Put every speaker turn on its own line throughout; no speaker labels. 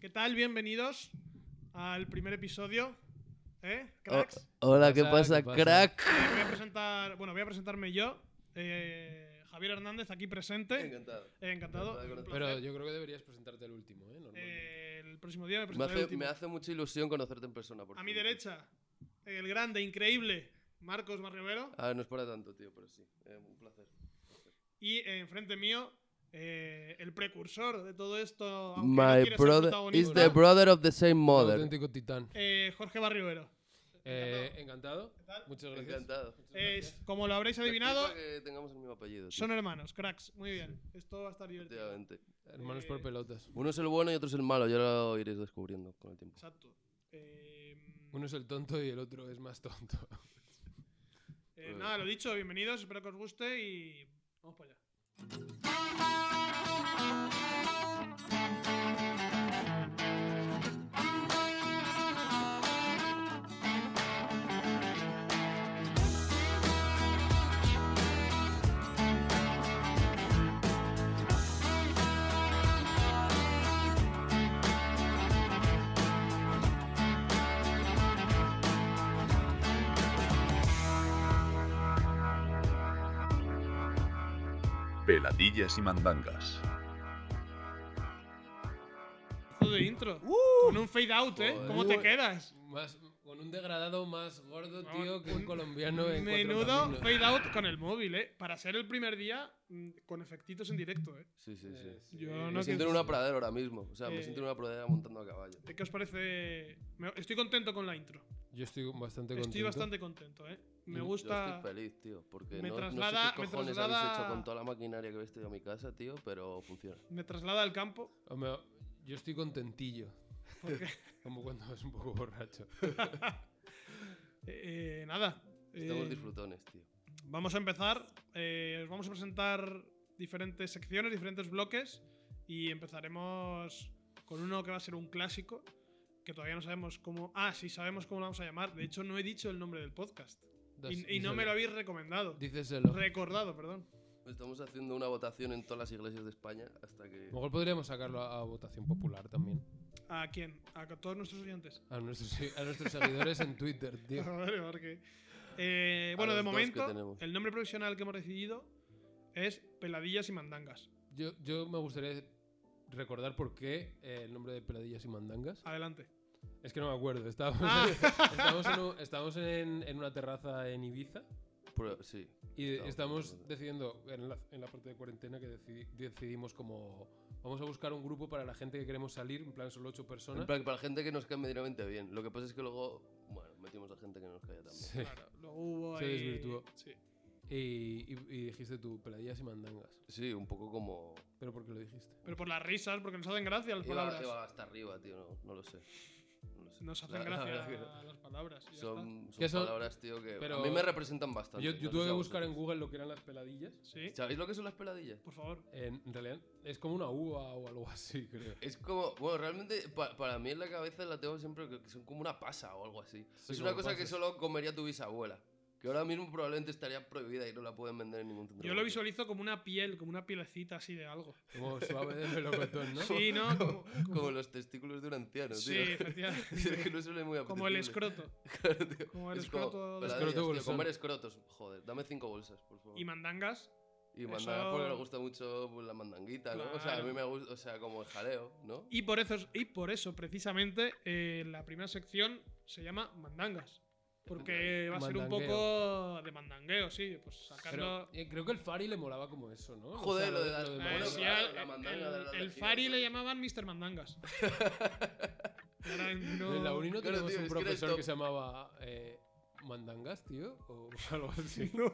¿Qué tal? Bienvenidos al primer episodio. ¿Eh? ¿Cracks?
Oh, hola, ¿qué pasa,
pasa? ¿Qué pasa?
crack?
Eh, voy a presentar. Bueno, voy a presentarme yo. Eh, Javier Hernández, aquí presente.
Encantado.
Eh, encantado.
Encantado de
un
Pero
placer.
yo creo que deberías presentarte el último, ¿eh? Normalmente.
Eh, el próximo día me
Me
presentaré. el
hace,
último.
me hace mucha ilusión conocerte en persona. por
A mi
fin.
derecha, el grande, increíble Marcos Barriovero.
Ah, no es para tanto, tío, pero sí. Eh, un placer.
Y eh, enfrente mío, eh, el precursor de todo esto. aunque no
My
quiere ser
brother is
protagonista,
the brother of the same
Un
mother.
auténtico titán.
eh, Jorge Barriovero.
Eh, encantado.
tal?
Muchas gracias.
Encantado.
Es- como lo habréis
Me
Eh, adivinado,
flipa que tengamos el mismo apellido. tío,
son hermanos, cracks. Muy bien. Esto va a estar divertido.
efectivamente.
Hermanos por
Eh,
pelotas.
Uno es el bueno y otro es el malo. Ya lo iréis descubriendo con el tiempo.
Exacto. Eh,
Uno es el tonto y el otro es más tonto.
eh, nada, lo dicho, bienvenidos, espero que os guste y vamos para allá.
Peladillas y mandangas.
Todo de intro. Con un fade out, ¿eh?
¡Uh! Joder.
¿Cómo te
Uh,
quedas?
Más, con un degradado más gordo,
Vamos,
tío, que un
Ah, un
colombiano en cuatro
Menudo
caminos.
fade out con el móvil, ¿eh? Para ser el primer día mm, con efectitos en directo, ¿eh?
Sí, sí, sí.
Eh, sí.
Yo no
Me
que-
siento en una pradera ahora mismo. O sea,
Eh.
me siento en una pradera montando a caballo.
¿Eh, ¿Qué os parece? Me- Estoy contento con la intro.
Yo estoy bastante contento.
Estoy bastante contento, ¿eh? Me
Yo
gusta.
estoy feliz, tío, porque
me
no,
traslada-
no sé
me
qué cojones habéis
traslada-
hecho con toda la maquinaria que habéis tenido a mi casa, tío, pero funciona.
Me traslada al campo.
Hombre, yo estoy contentillo.
Porque,
Como cuando vas un poco borracho.
eh, nada.
Estamos
eh,
disfrutones, tío.
Vamos a empezar. eh, os vamos a presentar diferentes secciones, diferentes bloques. Y empezaremos con uno que va a ser un clásico. Que todavía no sabemos cómo. Ah, sí, sabemos cómo lo vamos a llamar. De hecho, no he dicho el nombre del podcast.
Das-
Y, y no
díselo.
me lo habéis recomendado.
Díceselo. A
Recordado, perdón.
Estamos haciendo una votación en todas las iglesias de España hasta que.
lo mejor podríamos sacarlo a, a votación popular también.
¿A quién? A todos nuestros oyentes.
A nuestros, a nuestros seguidores en Twitter, tío.
Joder, porque- Eh,
A
bueno, de
los dos que
momento,
tenemos.
el nombre profesional que hemos decidido es Peladillas y Mandangas.
Yo, yo me gustaría recordar por qué eh, el nombre de Peladillas y Mandangas.
Adelante.
Es que no me acuerdo. Estábamos,
Ah.
estábamos en, un- estábamos en- en una terraza en Ibiza
Pro- sí.
y
Estábamos en
estamos
una terraza.
decidiendo, en la, en la parte de cuarentena, que decidi- decidimos como... Vamos a buscar un grupo para la gente que queremos salir, en plan solo ocho personas.
En plan, que para gente que nos cae medianamente bien. Lo que pasa es que luego, bueno, metimos a gente que no nos caía tan bien.
Sí.
Claro, luego hubo
Se
ahí-
desvirtuó.
Sí.
Y, y- y dijiste tú, Peladillas y Mandangas.
Sí, un poco como.
Pero ¿por qué lo dijiste?
Pero por las risas, porque nos hacen gracia las
Iba,
palabras.
iba hasta arriba, tío, no, no lo sé. No lo sé.
Nos
La-
hacen
la
gracia
verdad que no.
las palabras. y ya está.
Son, son
¿Qué son?
palabras, tío, que
Pero-
a mí me representan bastante.
Yo,
no
yo
sé
tuve
si
que
a
buscar en
vosotros.
Google lo que eran las peladillas.
Sí,
¿Sabéis lo que son las peladillas?
por favor.
En realidad es como una uva o algo así, creo.
Es como, bueno, realmente pa- para mí en la cabeza la tengo siempre que que son como una pasa o algo así.
Sí,
es una
como
cosa que
pasas.
solo comería tu bisabuela, que ahora mismo probablemente estaría prohibida y no la pueden vender en ningún centro.
Yo lo
comercial.
visualizo como una piel, como una pielecita así de algo.
Como suave de melocotón, ¿no?
Sí, ¿no? Como,
Como los testículos de un anciano,
sí,
tío. Es que
efectivamente.
no suele muy
Como el
apetecible.
escroto.
Claro, tío.
Como el
Es como
escroto. de-
peladillas,
Escroto
tío,
bolsón.
comer escrotos. Joder, dame cinco bolsas, por favor.
Y mandangas.
Y
eso-
mandar, porque le gusta mucho pues, la mandanguita, ¿no? O sea, a
Claro.
mí me gusta, o sea, como el jaleo, ¿no?
Y por eso, y por eso precisamente, eh, la primera sección se llama mandangas. Porque va a ser un poco de mandangueo, sí. Pues
Pero,
sacarlo.
eh, creo que el Fari le molaba como eso, ¿no?
Joder, lo de las-
Ah,
Bueno,
sí,
claro,
al-
la mandanga
el-
de la
el
energía,
Fari
claro.
le llamaban Mr. Mandangas. Ahora no-
En la uni no
Claro,
tenemos
tío,
un
es que eres
profesor
top.
que se llamaba eh, Mandangas, tío, o algo así.
No.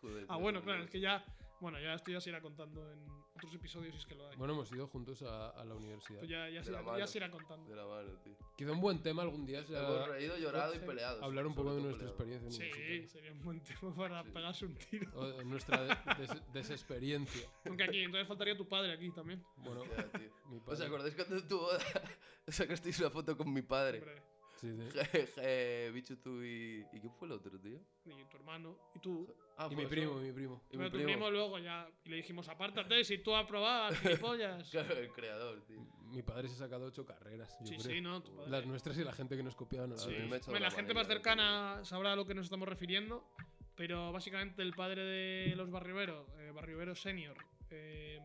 Joder,
Ah,
tío,
bueno,
no
claro,
me
es que ya. Bueno, ya esto ya se irá contando en otros episodios si es que lo hay.
Bueno, hemos ido juntos a, a la universidad.
Esto Pues ya, ya,
de
se
la
irá,
mano.
ya se irá
gusta.
contando.
De la mano, tío.
Quizá un buen tema algún día
Hemos
sea
reído, llorado y
sí.
peleado.
hablar un
sobre
poco de
todo
nuestra
peleado.
experiencia
Sí,
universitaria.
sería un buen tema para
Sí.
pegarse un tiro.
O de nuestra de- des- desexperiencia.
Aunque aquí, entonces faltaría tu padre aquí también.
Bueno,
Ya, tío.
mi
¿Os
padre.
acordáis cuando en tu boda sacasteis una foto con mi padre?
Hombre.
Sí, sí.
Je- je, Bichu, tú y... ¿Y quién fue el otro, tío?
Y tu hermano. Y tú.
Ah,
Y
fue
mi
eso.
primo, mi primo.
Y
Pero
mi
tu primo
primo.
luego ya. Y le dijimos, apártate si tú aprobabas, gilipollas.
Claro, el creador, tío.
Mi padre se ha sacado ocho carreras. yo
Sí,
creo.
sí, no. tu padre.
Las nuestras y la gente que nos copiaba. no la
Sí.
de-
me he hecho
Hombre, la
broma,
gente
¿eh?
más cercana sabrá a lo que nos estamos refiriendo, pero básicamente el padre de los Barrivero, eh, Barrivero Senior, eh,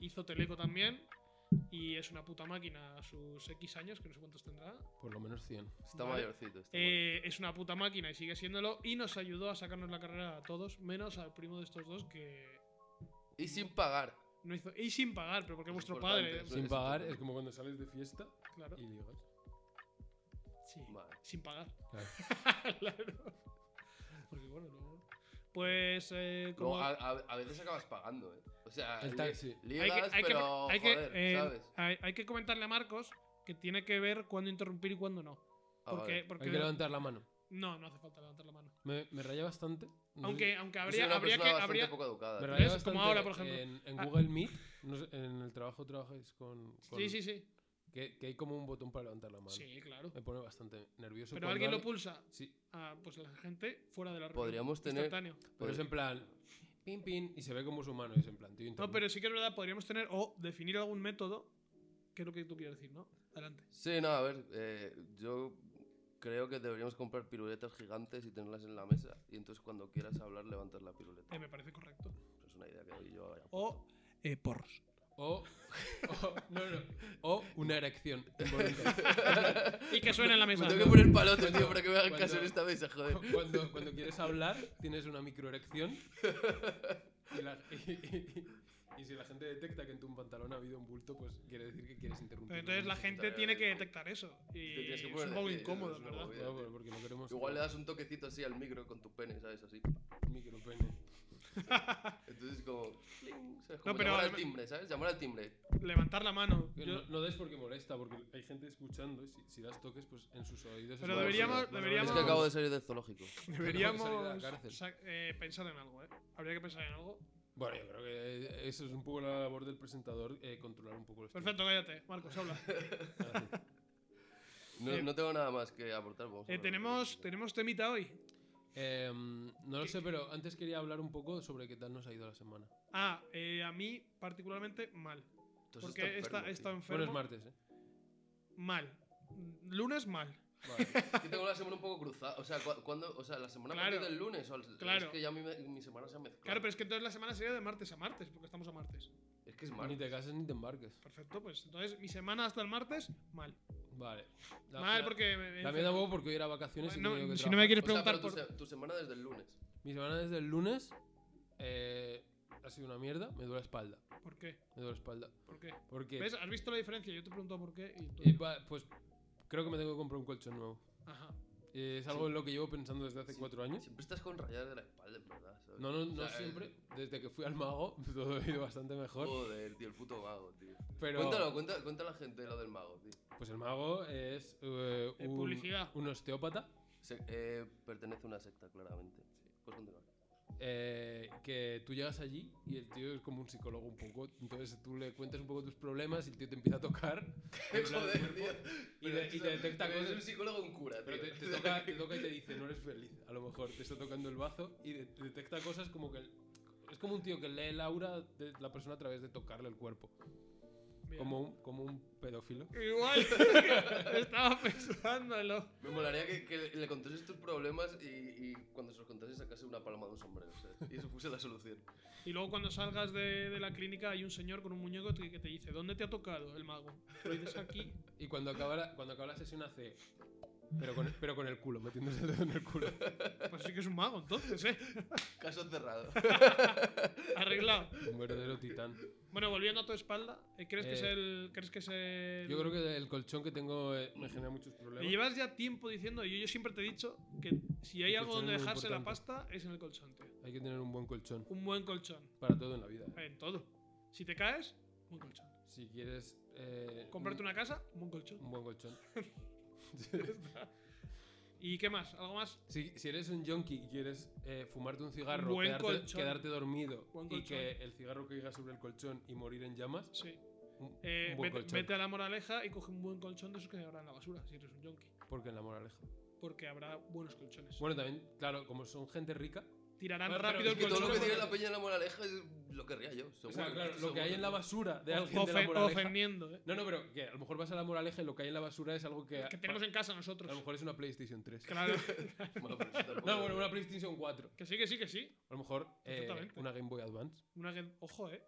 hizo Teleco también y es una puta máquina a sus X años, que no sé cuántos tendrá.
Por lo menos 100.
Está
Vale.
mayorcito. Está
Eh, es una puta máquina y sigue siéndolo y nos ayudó a sacarnos la carrera a todos, menos al primo de estos dos que
mayor. Y sin pagar.
no hizo... Y sin pagar, pero porque
Es
vuestro
importante,
padre...
eso.
Sin
es
pagar
importante.
es como cuando sales de fiesta
Claro,
y ligas.
sí,
Vale.
sin pagar.
Claro.
Claro. Porque bueno, luego- Pues... eh,
No,
como...
a, a- a veces acabas pagando, ¿eh? O sea,
El
li-
taxi.
hay
ligas,
que, hay que-
pero
hay que,
joder,
eh,
¿sabes?
hay- hay que comentarle a Marcos que tiene que ver cuándo interrumpir y cuándo no.
Ah,
Porque,
vale.
porque
Hay que levantar la mano.
no, no hace falta levantar la mano.
Me, me raya bastante. no sé
Aunque, aunque
Yo soy
habría,
una
habría
persona
que
bastante
habría,
poco educada.
si- me
tío.
Pero
raya
es como
bastante
ahora, por ejemplo.
En, en
Ah.
Google Meet, no sé, en el trabajo trabajáis con. con-
sí, sí, sí,
Que, que hay como un botón para levantar la mano.
sí, claro.
Me pone bastante nervioso.
Pero
cuando
alguien lo
alguien-
pulsa,
Sí,
ah, pues la gente fuera de la reunión.
Podríamos tener.
Instantáneo.
Pues
pero es en plan. Pin, pin. Y se ve como es humano. Y es en plan, tío.
No,
interrumpe.
pero sí que es verdad, podríamos tener o definir algún método, que es lo que tú quieres decir, ¿no? Adelante.
Sí, no, a ver, eh, yo creo que deberíamos comprar piruletas gigantes y tenerlas en la mesa. Y entonces cuando quieras hablar, levantas la piruleta.
Eh, me parece correcto.
Es una idea que doy yo ahora.
O eh, porros.
O. o- no, no. O una erección. involuntaria.
Y que suene en la
Me
mesa.
tengo que poner palote, tío,
Cuando-
para que me hagan caso en
cuando-
esta mesa, joder.
cuando, cuando quieres hablar, tienes una microerección. Y, la- y- y- y si la gente detecta que en tu pantalón ha habido un bulto, pues quiere decir que quieres interrumpir.
Pero entonces la gente tiene que detectar eso.
eh, Te
Y
tienes
es
que
un
poner de
poco
pie, eso
incómodo,
es
en
una
¿verdad?
movida,
No,
tío.
pero porque no queremos.
Igual le das un toquecito así al micro con tu pene, ¿sabes? Así.
Micropene.
Entonces como... "Cling", ¿sabes? Como
pero
llamar al
además-
timbre, ¿sabes? Llamar al timbre.
Levantar la mano.
Que
Yo-
No, no des porque molesta, porque hay gente escuchando y si, si das toques, pues en sus oídos. es
Pero
como-
deberíamos-
Bueno,
deberíamos-
Es que acabo de salir del zoológico.
Deberíamos
Tenemos que salir de la cárcel.
sa- eh, pensar en algo, ¿eh? Habría que pensar en algo.
Bueno, yo creo que eso es un poco la labor del presentador, eh, controlar un poco el estilo.
Perfecto, cállate. Marcos, habla.
Gracias.
No,
Eh,
no tengo nada más que aportar. vamos a
Eh,
ver.
tenemos, tenemos temita hoy.
Em, no lo sé, pero antes quería hablar un poco sobre qué tal nos ha ido la semana.
Ah, eh, a mí particularmente mal.
Entonces
Porque
está
está,
enfermo,
está
Bueno, es
enfermo.
martes, ¿eh?
mal. Lunes mal.
Vale.
tío. Yo tengo la semana un poco cruzada. O sea, cu- cuando, o sea la semana
Claro.
claro. del lunes. O el-
Claro.
Es que ya mi, mi semana se ha mezclado.
Claro, pero es que entonces la semana sería de martes a martes, porque estamos a martes.
Es que es
Ni
martes.
te cases ni te embarques.
Perfecto, pues entonces mi semana hasta el martes, mal.
Vale. La-
mal
la-
porque... me- me-
La mía tampoco porque hoy era vacaciones y
No,
tenía que
si no me
trabajar.
quieres
O sea,
preguntar
pero tu,
por...
se- tu semana desde el lunes.
Mi semana desde el lunes eh, ha sido una mierda. Me duele la espalda.
¿Por qué?
Me duele la espalda.
¿Por qué?
Porque
¿Ves? ¿Has visto la diferencia? Yo te pregunto por qué y tú...
eh, va- pues creo que me tengo que comprar un colchón nuevo.
Ajá.
Eh, es algo en lo que llevo pensando desde hace
Sí.
cuatro años.
Siempre estás con rayas de la espalda, en verdad. ¿sabes?
No, no,
O
no
sea, eh,
siempre. Desde que fui al mago todo ha ido bastante mejor.
Joder, tío, el puto mago, tío.
Pero
Oh, Cuéntalo, cuenta, cuenta a la gente lo del mago, tío.
pues el mago es eh,
Eh,
un-
publicidad.
un osteópata.
Se- eh, pertenece a una secta, claramente. Pues continúa.
eh, que tú llegas allí y el tío es como un psicólogo un poco. Entonces tú le cuentas un poco tus problemas y el tío te empieza a tocar. en plan,
Joder, tío.
y, de- y te detecta
Es un
cosas.
psicólogo un cura, tío.
Pero te, te toca, te toca y te dice, no eres feliz. A lo mejor te está tocando el bazo y de- detecta cosas como que... Es como un tío que lee el aura de la persona a través de tocarle el cuerpo.
Bien.
Como un, como un pedófilo.
Igual estaba pensándolo.
Me molaría que, que le contases tus problemas y, y cuando se los contases sacase una palma de un sombrero, ¿sabes? Y eso fuese la solución.
Y luego cuando salgas de, de la clínica hay un señor con un muñeco que que te dice, ¿dónde te ha tocado el mago? Lo dices aquí.
Y cuando acaba la, cuando acaba la sesión hace... Pero con, pero con el culo, metiéndose el dedo en el culo.
Pues sí que es un mago entonces, ¿eh?
Caso cerrado.
Arreglado.
Un verdadero titán.
Bueno, volviendo a tu espalda, eh, ¿crees que es
Eh,
el... ¿Crees que es el...
Yo creo que el colchón que tengo eh, me genera muchos
Me
problemas.
llevas ya tiempo diciendo, y yo, yo siempre te he dicho, que si hay
El
algo
colchón
donde
es muy
dejarse la
importante.
pasta es en el colchón, tío.
Hay que tener un buen colchón.
Un buen colchón.
Para todo en la vida. eh.
En todo. Si te caes, un buen colchón.
Si quieres. eh,
Comprarte
un,
una casa, un buen colchón.
un buen colchón.
¿Y qué más? ¿Algo más?
si, si eres un junkie y quieres eh, fumarte un cigarro,
Buen
quedarte,
colchón.
quedarte dormido
Buen
y
colchón.
que el cigarro caiga sobre el colchón y morir en llamas,
Sí.
un,
Eh,
un buen
vete,
colchón.
vete a la moraleja y coge un buen colchón de esos que habrá en la basura, si eres un yonki.
Porque en la moraleja.
Porque habrá buenos colchones.
Bueno, también, claro, como son gente rica,
tirarán
Bueno, pero
rápido
es
el
que
Y todo
colchón.
lo que tiene
porque-
la peña en la moraleja es lo querría yo.
O
Seguro,
sea, claro, lo que
seguro.
hay en la basura de alguien de la
ofen-
moraleja.
ofendiendo, ¿eh?
No, no, pero que a lo mejor vas a la moraleja y lo que hay en la basura es algo que.
Que tenemos en casa nosotros.
A lo mejor es una PlayStation 3.
Claro.
Bueno, pero eso tampoco
No, bueno,
lo-
una PlayStation 4.
que sí, que sí, que sí.
A lo mejor eh,
Perfectamente.
una Game Boy Advance.
Una que- Ojo, ¿eh?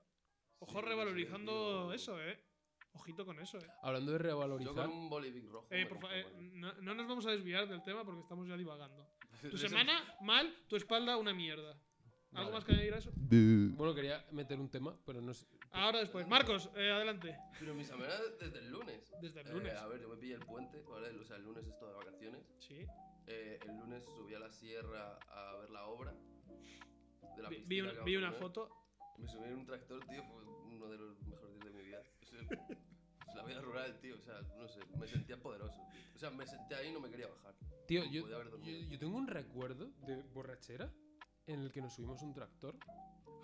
Ojo
Sí, en ese
revalorizando
sentido-
eso, ¿eh? Ojito con eso, ¿eh?
Hablando de
Yo
revalorizar.
con un bolivic rojo.
Eh,
me
por fa-
cojo,
eh,
bueno.
no, no nos vamos a desviar del tema porque estamos ya divagando. Tu
Eso-
semana, mal, tu espalda, una mierda. ¿Algo
Vale.
más que añadir a eso? Ah,
Bueno, quería meter un tema, pero no sé.
Ahora después. Marcos, eh, adelante.
Pero mi semana desde el lunes.
Desde el
Eh,
lunes.
a ver, yo me pillé el puente, ¿vale? O sea, el lunes es todo de vacaciones.
Sí.
Eh, el lunes subí a la sierra a ver la obra. De la
Vi, vi
piscina
un-
que van
vi
a
una
poner.
foto.
Me subí en un tractor, tío, fue uno de los mejores días de mi vida. O sea, es la vida rural, tío, o sea, no sé, me sentía poderoso. O sea, me senté ahí y no me quería bajar.
Tío,
Como
yo,
podía haber
yo-
dormido.
yo tengo un recuerdo de borrachera en el que nos subimos un tractor.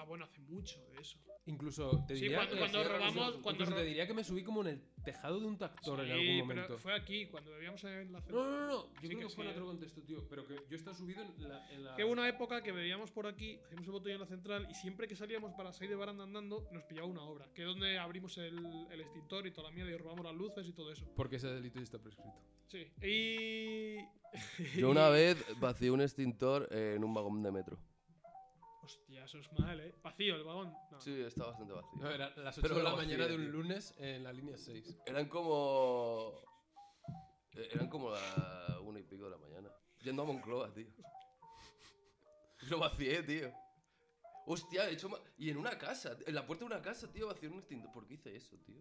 Ah, bueno, hace mucho de eso.
Incluso te
Sí,
diría
cuando-
que.
cuando
sí,
robamos.
incluso
Cuando
incluso te
ro-
diría que me subí como en el tejado de un tractor en
Sí,
algún
pero
momento.
fue aquí, cuando bebíamos en la
No,
cena.
no, no, no. Yo
Sí
creo
que
que, fue en
sí,
otro
¿eh?
contexto, tío. Pero que yo estaba subido en la. en la-
Que hubo una época que bebíamos por aquí, hacíamos el botellón en la central y siempre que salíamos para salir de baranda andando nos pillaba una obra, que es donde abrimos el, el extintor y toda la mierda y robamos las luces y todo eso.
Porque ese delito ya está prescrito.
Sí. Y...
Yo una vez vacié un extintor eh, en un vagón de metro.
Hostia, eso es mal, ¿eh? Vacío el vagón. No.
Sí, está bastante vacío.
No, era las 8
Pero
de la
lo
mañana de
hacía,
un
tío.
lunes en la línea 6.
Eran como. eh, Eran como la una y pico de la mañana. Yendo a Moncloa, tío. Lo vacié, tío. Hostia, he hecho. ma- Y en una casa, en la puerta de una casa, tío, vacié un extintor. ¿Por qué hice eso, tío?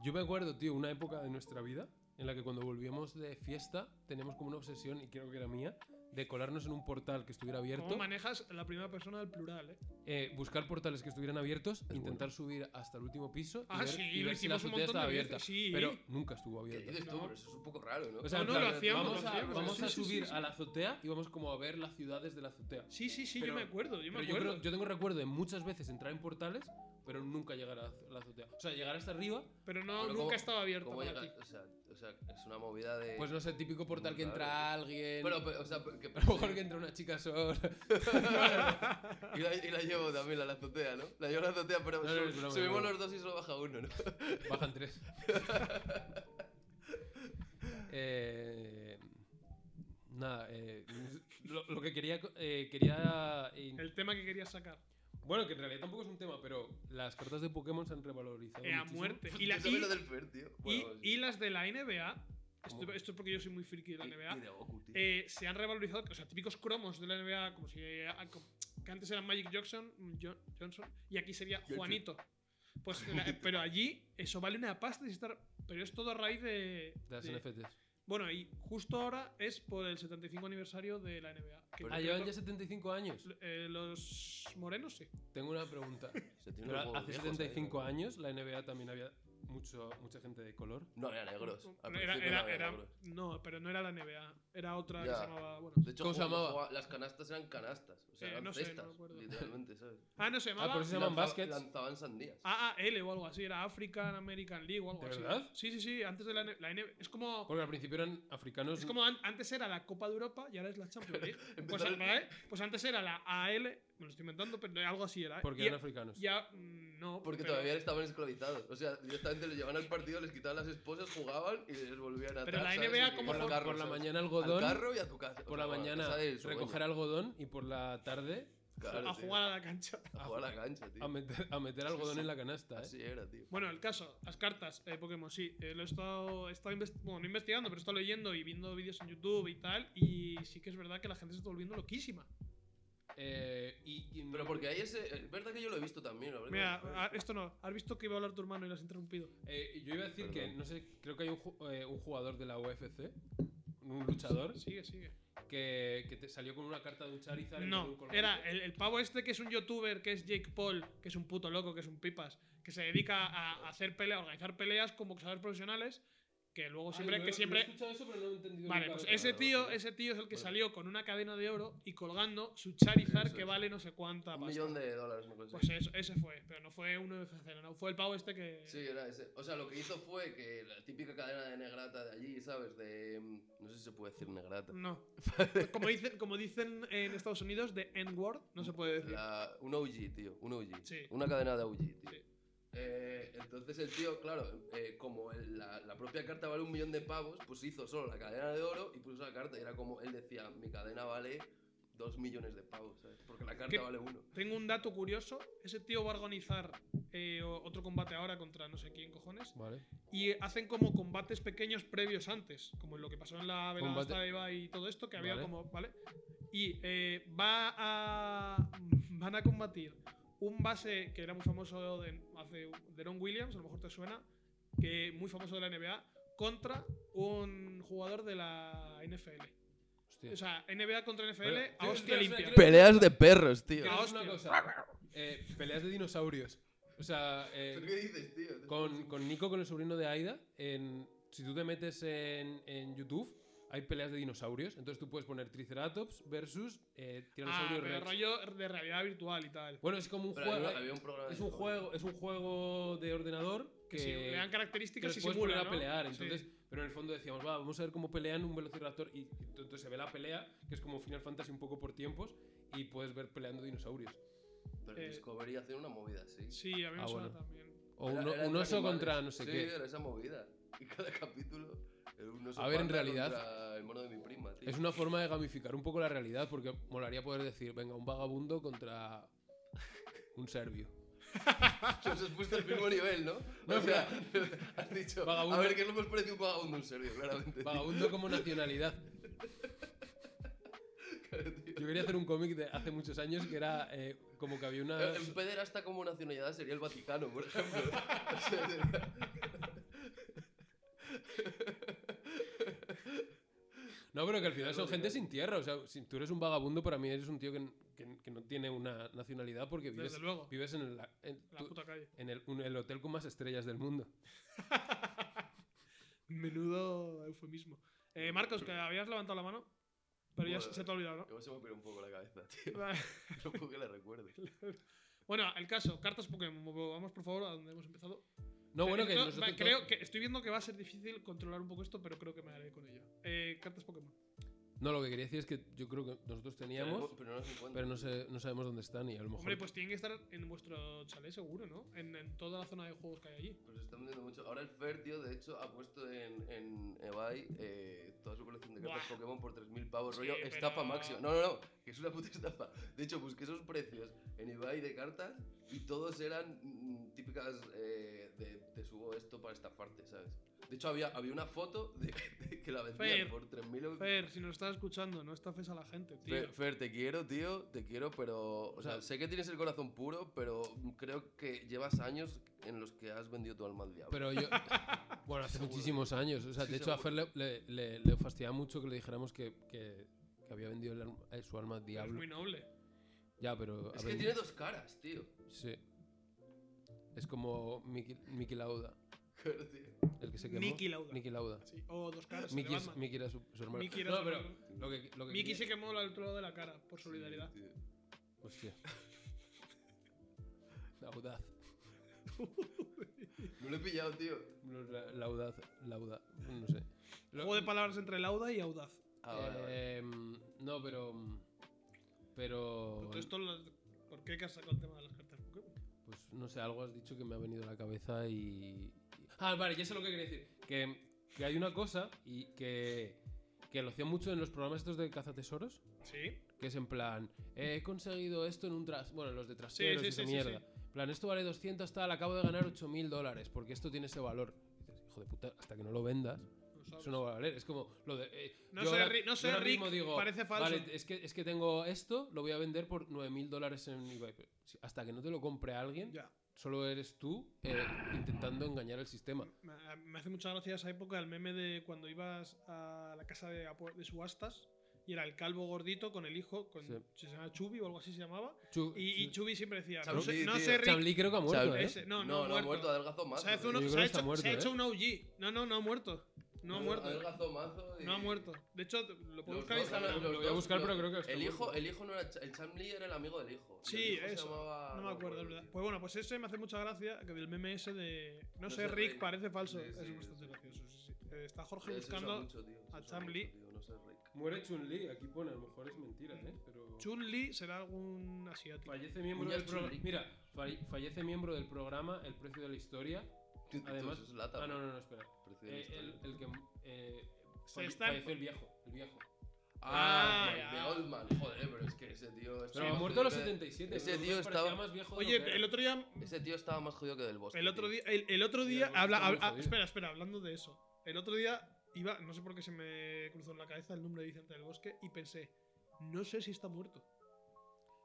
Yo me acuerdo, tío, una época de nuestra vida en la que cuando volvíamos de fiesta teníamos como una obsesión, y creo que era mía, de colarnos en un portal que estuviera abierto,
¿Cómo manejas la primera persona del plural, eh?
eh, buscar portales que estuvieran abiertos, intentar subir hasta el último piso y
Ah,
ver,
sí,
y
lo
ver si la
hicimos un
azotea
montón de
estaba abierta.
veces, sí.
Pero nunca estuvo
¿Qué
abierta.
dices tú?
No.
Pero eso es un poco raro, ¿no?
O sea,
No,
en
no,
plan,
lo hacíamos,
vamos
lo
a,
hacíamos,
vamos
sí,
a
sí, sí,
subir
sí.
a la azotea y vamos como a ver las ciudades de la azotea.
Sí, sí, sí,
Pero-
yo me acuerdo, yo me
Pero yo,
acuerdo.
creo- yo tengo recuerdo de muchas veces entrar en portales, pero nunca llegar a la azotea. O sea, llegar hasta arriba,
Pero no,
Pero
nunca
¿cómo-
estaba abierto
¿Cómo
para
llega-
ti.
O sea, o sea, es una movida de.
pues no sé, típico portal que
Claro.
entra alguien.
Bueno, pero, o sea, que.
A lo mejor que entra una chica sola.
y, la, y la llevo también a la azotea, ¿no? La llevo a la azotea, pero
No, no,
sub-
es broma, es
subimos
broma.
los dos y solo baja uno, ¿no?
Bajan tres. Eh, nada, eh, lo, lo que quería. co- eh, quería in-
El tema que querías sacar.
Bueno, que en realidad tampoco es un tema, pero las cartas de Pokémon se han revalorizado.
Eh, a
muchísimo.
muerte. Y, la-
Yo sabía
y-
lo del Fer, tío.
y-
Bueno,
y las de la NBA. Esto,
¿Cómo?
esto es porque yo soy muy friki de la
y-
NBA.
y de Goku, tío.
eh, se han revalorizado, o sea, típicos cromos de la NBA, como si ah, como- que antes eran Magic Johnson, mm, Jo- Johnson y aquí sería
Johnson.
Juanito. Pues, la- pero allí eso vale una pasta, y estar, pero es todo a raíz de,
De las
de-
NFTs.
Bueno, y justo ahora es por el 75 aniversario de la NBA. que
Pero
Ah,
por
llevan ya
cierto,
75 años.
eh, los morenos sí.
Tengo una pregunta.
Se tiene
Pero
unos huevos
hace
viejos ahí,
75
¿no?
años la NBA también había mucho, mucha gente de color.
No, eran negros. Al
Era-
principio
era-
no había
era-
negros.
no, pero no era la NBA. Era otra que
Ya.
se llamaba. Bueno.
De hecho,
¿Cómo se
jugaba-
llamaba?
jugaba- las canastas eran canastas. O sea,
Eh,
eran
no sé, no me
cestas,
acuerdo.
literalmente, ¿sabes?
Ah, no se llamaba.
por eso se llaman
Lanzaba-
baskets.
Lanzaban sandías.
AAL o algo así, era African American League o algo
¿De
así.
verdad?
Sí, sí, sí, antes de la, N- la N- Es como,
Porque al principio eran africanos.
es como an- antes era la Copa de Europa y ahora es la Champions League. pues,
Empezaron-
¿vale? Pues antes era la AL, me lo estoy inventando, pero algo así era. ¿eh?
Porque
Y-
eran africanos.
Ya, mm, no.
Porque
pero,
todavía estaban esclavizados. O sea, directamente les llevaban al partido, les quitaban las esposas, jugaban y les volvían a
Pero la
atrás, ¿sabes?
NBA
Y
como
al
por-
carro,
por la
¿sabes?
mañana
Al
algodón.
carro y a tu casa.
Por
O sea,
la
a
mañana
casa del sueño.
recoger algodón y por la tarde
Claro,
a
tío.
jugar a la cancha.
A jugar a la cancha, tío.
a meter, a meter algodón en la canasta. ¿eh?
Así era, tío.
Bueno, el caso, las cartas, eh, Pokémon, sí. eh, lo he estado, he estado invest- bueno, no investigando, pero he estado leyendo y viendo vídeos en YouTube y tal. Y sí que es verdad que la gente se está volviendo loquísima.
Eh, y, y-
Pero porque ahí ese. Es verdad que yo lo he visto también. la verdad.
Mira, ah, esto no. ¿Has visto que iba a hablar tu hermano y lo has interrumpido?
eh, yo iba a decir que,
Perdón.
no sé, creo que hay un, ju- eh, un jugador de la UFC, un luchador,
Sigue, sigue.
que, que te salió con una carta de un Charizard. en vez de un
No,
colgante.
era el, el pavo este que es un youtuber, que es Jake Paul, que es un puto loco, que es un pipas, que se dedica a, a hacer peleas, a organizar peleas con boxeadores profesionales que luego siempre,
Ay, lo
que
he- lo He
siempre
escuchado eso, pero no he entendido
Vale,
nunca
pues
lo que-
ese
claro,
tío,
claro.
ese tío es el que
Bueno.
salió con una cadena de oro y colgando su Charizard
Eso
que
es.
vale no sé cuánta
Un
pasta.
millón de dólares me
Pues
conseguí.
eso, ese fue, pero no fue uno de FC, no, fue el pavo este que.
Sí, era ese. O sea, lo que hizo fue que la típica cadena de negrata de allí, ¿sabes? De. mm, No sé si se puede decir
Mm.
negrata.
No. como, dicen, como dicen en Estados Unidos, de N-word, no se puede decir.
La- un OG, tío. Un OG.
Sí.
Una cadena de OG, tío.
Sí.
Eh, entonces el tío, claro, eh, como el- la, la propia carta vale un millón de pavos, pues hizo solo la cadena de oro y puso la carta. Y era como él decía: Mi cadena vale dos millones de pavos, ¿sabes? Porque la carta
¿Qué?
vale uno.
Tengo un dato curioso: ese tío va a organizar eh, o- otro combate ahora contra no sé quién cojones.
Vale.
Y hacen como combates pequeños previos antes, como lo que pasó en la velada
Combate-
esta de Ibai y todo esto, que había
Vale.
como, ¿vale? Y eh, va a, van a combatir un base que era muy famoso de, hace, Deron Williams, a lo mejor te suena, que muy famoso de la NBA, contra un jugador de la NFL.
Hostia.
O sea, NBA contra NFL,
Pero-
a hostia
espera,
limpia.
espera, Peleas de
perros, tío.
Quiero
Ah,
decir una cosa. Eh, peleas de dinosaurios. O sea, eh,
¿Tú qué dices, tío?
con, con Nico, con el sobrino de Aida, en, si tú te metes en, en YouTube, hay peleas de dinosaurios. Entonces tú puedes poner Triceratops versus eh,
Ah,
Tiranosaurio
pero
Rex.
rollo de realidad virtual y tal.
Bueno, es como un
Pero
juego.
había, había un programa
Es
de
un
eso.
juego, es un juego de ordenador que,
Que si le dan
que
características
los
y
puedes
simula,
poner a
¿no?
pelear.
Sí.
Entonces, Pero en el fondo decíamos, va, vamos a ver cómo pelean un velociraptor. Y y entonces se ve la pelea, que es como Final Fantasy un poco por tiempos, y puedes ver peleando dinosaurios.
Pero
Eh,
Discovery hacía una movida así.
Sí, a mí me
Ah,
suena
bueno.
también.
O
Era-
un,
eran
un oso
animales.
contra no sé
sí,
qué.
era esa movida. Y cada capítulo era un oso
A ver, en
panda
realidad,
contra el mono de mi prima, tío.
Es una forma de gamificar un poco la realidad, porque molaría poder decir, venga, un vagabundo contra un serbio.
Nos has puesto al mismo nivel, ¿no?
No,
o sea, has dicho,
Vagabundo.
a ver, ¿qué es lo que os parece un vagabundo en serio, claramente? tío.
Vagabundo como nacionalidad.
Claro, tío.
Yo quería hacer un cómic de hace muchos años que era eh, como que había una...
En pederasta como nacionalidad sería el Vaticano, por ejemplo. O sea, sería-
No, pero que al final
Es
son
lo
gente
que hay.
sin tierra. O sea, si tú eres un vagabundo, para mí eres un tío que, que- que no tiene una nacionalidad porque vives,
Desde luego.
vives en, el, en,
La
tú-
puta calle.
en el, un- el hotel con más estrellas del mundo.
Menudo eufemismo. Eh, Marcos, que habías levantado la mano, pero ya
Bueno.
se te ha olvidado,
Como se me pira un poco la cabeza, tío.
¿no?
No puedo que la recuerde.
bueno, el caso, cartas Pokémon. Vamos, por favor, a donde hemos empezado.
No, bueno,
Eh,
que
esto
nosotros...
va- creo que estoy viendo que va a ser difícil controlar un poco esto, pero creo que me haré con ello. Eh, cartas Pokémon.
No, lo que quería decir es que yo creo que nosotros teníamos,
Pero no nos encuentro.
pero no, sé, no sabemos dónde están y a lo mejor...
Hombre, pues tienen que estar en vuestro chalet seguro, ¿no? En, en toda la zona de juegos que hay allí.
Pero se está vendiendo mucho. Ahora el Fer, tío, de hecho, ha puesto en, en eBay eh, toda su colección de cartas
Buah.
Pokémon por 3.000 pavos.
Sí,
rollo
pero-
estafa máxima. No, no, no, que es una puta estafa. De hecho, busqué esos precios en eBay de cartas y todos eran mm, típicas eh, de te subo esto para estafarte, ¿sabes? De hecho, había, había una foto de, de que la
Fer,
vendían por 3.000 euros.
Fer, si nos estás escuchando, no estafes a la gente, tío.
Fer, Fer, te quiero, tío, te quiero, pero. O sea,
sea,
sé que tienes el corazón puro, pero creo que llevas años en los que has vendido tu alma al diablo.
Pero yo. Bueno, hace
Seguro.
muchísimos años. O sea,
Sí,
de hecho, a Fer
seguro.
le, le, le- le fastidiaba mucho que le dijéramos que, que, que había vendido el alma- eh, su alma al
es
diablo.
muy noble.
Ya, pero. ha
es que
vendi-
tiene dos caras, tío.
Sí. Es como Miki, Miki Lauda,
Claro, tío.
el que se quemó.
Niki Lauda.
Miki Lauda.
Sí, O dos caras.
Miki,
Miki,
es- Miki era su, su hermano.
Miki era
no,
su
pero.
hermano.
Lo que, lo que
Miki
quería-
se quemó al otro lado de la cara, por solidaridad.
Sí, tío.
Hostia. La audaz.
No lo he pillado, tío.
No, La, la audaz. La audaz. No sé. Lo-
Juego de palabras entre lauda y audaz.
Ah,
Eh,
vale, vale.
Em, No, pero. Pero.
Entonces, esto lo- ¿por qué que has sacado el tema de las cartas Pokémon?
Pues no sé, algo has dicho que me ha venido a la cabeza y. Ah, vale, ya sé lo que quería decir. Que, que hay una cosa y que, que lo hacían mucho en los programas estos de cazatesoros,
Sí.
que es en plan, eh, he conseguido esto en un tras. Bueno, los de
Sí,
traseros
sí,
y esa
sí, sí,
mierda.
sí.
En plan, esto vale 200 tal, acabo de ganar 8000 dólares porque esto tiene ese valor. Y dices, hijo de puta, hasta que no lo vendas,
No sabes.
eso no va a valer. Es como lo de. eh,
No
yo
sé,
ahora-
Rick- no
yo
sé,
ahora
Rick,
mismo digo,
parece falso.
Vale, es que, es que tengo esto, lo voy a vender por 9000 dólares en eBay. Pero si- Hasta que no te lo compre alguien
Ya.
solo eres tú eh, intentando engañar al sistema.
Me me hace mucha gracia esa época el meme de cuando ibas a la casa de, apu- de subastas y era el calvo gordito con el hijo, con,
Sí.
se llamaba Chubby o algo así se llamaba.
Chu-
Y, y
Chu-
Chubby siempre decía,
Chubby,
no sé, no
tío.
sé, Rick.
Chun Li creo que ha muerto,
Chun-Li.
¿eh?
Ese- no, no, ha muerto.
adelgazó más.
se, hace uno-
Yo creo
se ha
que
hecho,
está
se ha
muerto,
hecho
¿eh?
un OG. No, no, no ha muerto. No ha muerto. ¿eh?
adelgazó mazo y-
No ha muerto. De hecho, lo puedo
Los
buscar en
dos,
Instagram.
los
Lo voy a
dos,
buscar,
los-
pero creo que está
el hijo,
muerto.
el hijo no era. Ch- El Cham Lee era el amigo del hijo. Y el
Sí,
hijo se
eso.
llamaba-
No me acuerdo, es verdad.
tío.
Pues bueno, pues ese me hace mucha gracia, que del meme ese de... No,
No
sé,
sé,
Rick,
Rick.
parece falso.
Sí,
es
sí,
bastante
sí.
gracioso, sí, sí. Eh, está
Se
Jorge
usa
buscando
mucho, tío, se
a
usa
Cham
mucho,
Lee.
tío, No sé, Rick.
Muere Chun-Li, aquí pone, a lo mejor es mentira, ¿eh? Pero...
Chun-Li será algún asiático.
Fallece miembro
Muñas
del pro-
Chun-Li.
Mira, fall- fallece miembro del programa El precio de la historia.
Tío, tío,
Además-
eso es lata,
Ah, no,
bro.
no, no, espera.
Precio de
Eh,
la
el,
historia.
el que eh,
Se
falle-
está en-
falleció el viejo, el viejo.
Ah,
Ah,
el
ya.
de Oldman. Joder, pero es que ese tío.
Pero
ese
ha muerto a los
tío-
77.
ese
pero no
tío
parecía
estaba-
más viejo de
Oye,
lo que era.
el otro día...
Ese tío estaba más jodido que del bosque.
El otro
tío.
día... El, el otro
Sí,
día...
el
Habla,
otro está
habla-
muy jodido.
espera, espera, hablando de eso. El otro día iba... No sé por qué se me cruzó en la cabeza el nombre de Vicente del Bosque y pensé... No sé si está muerto.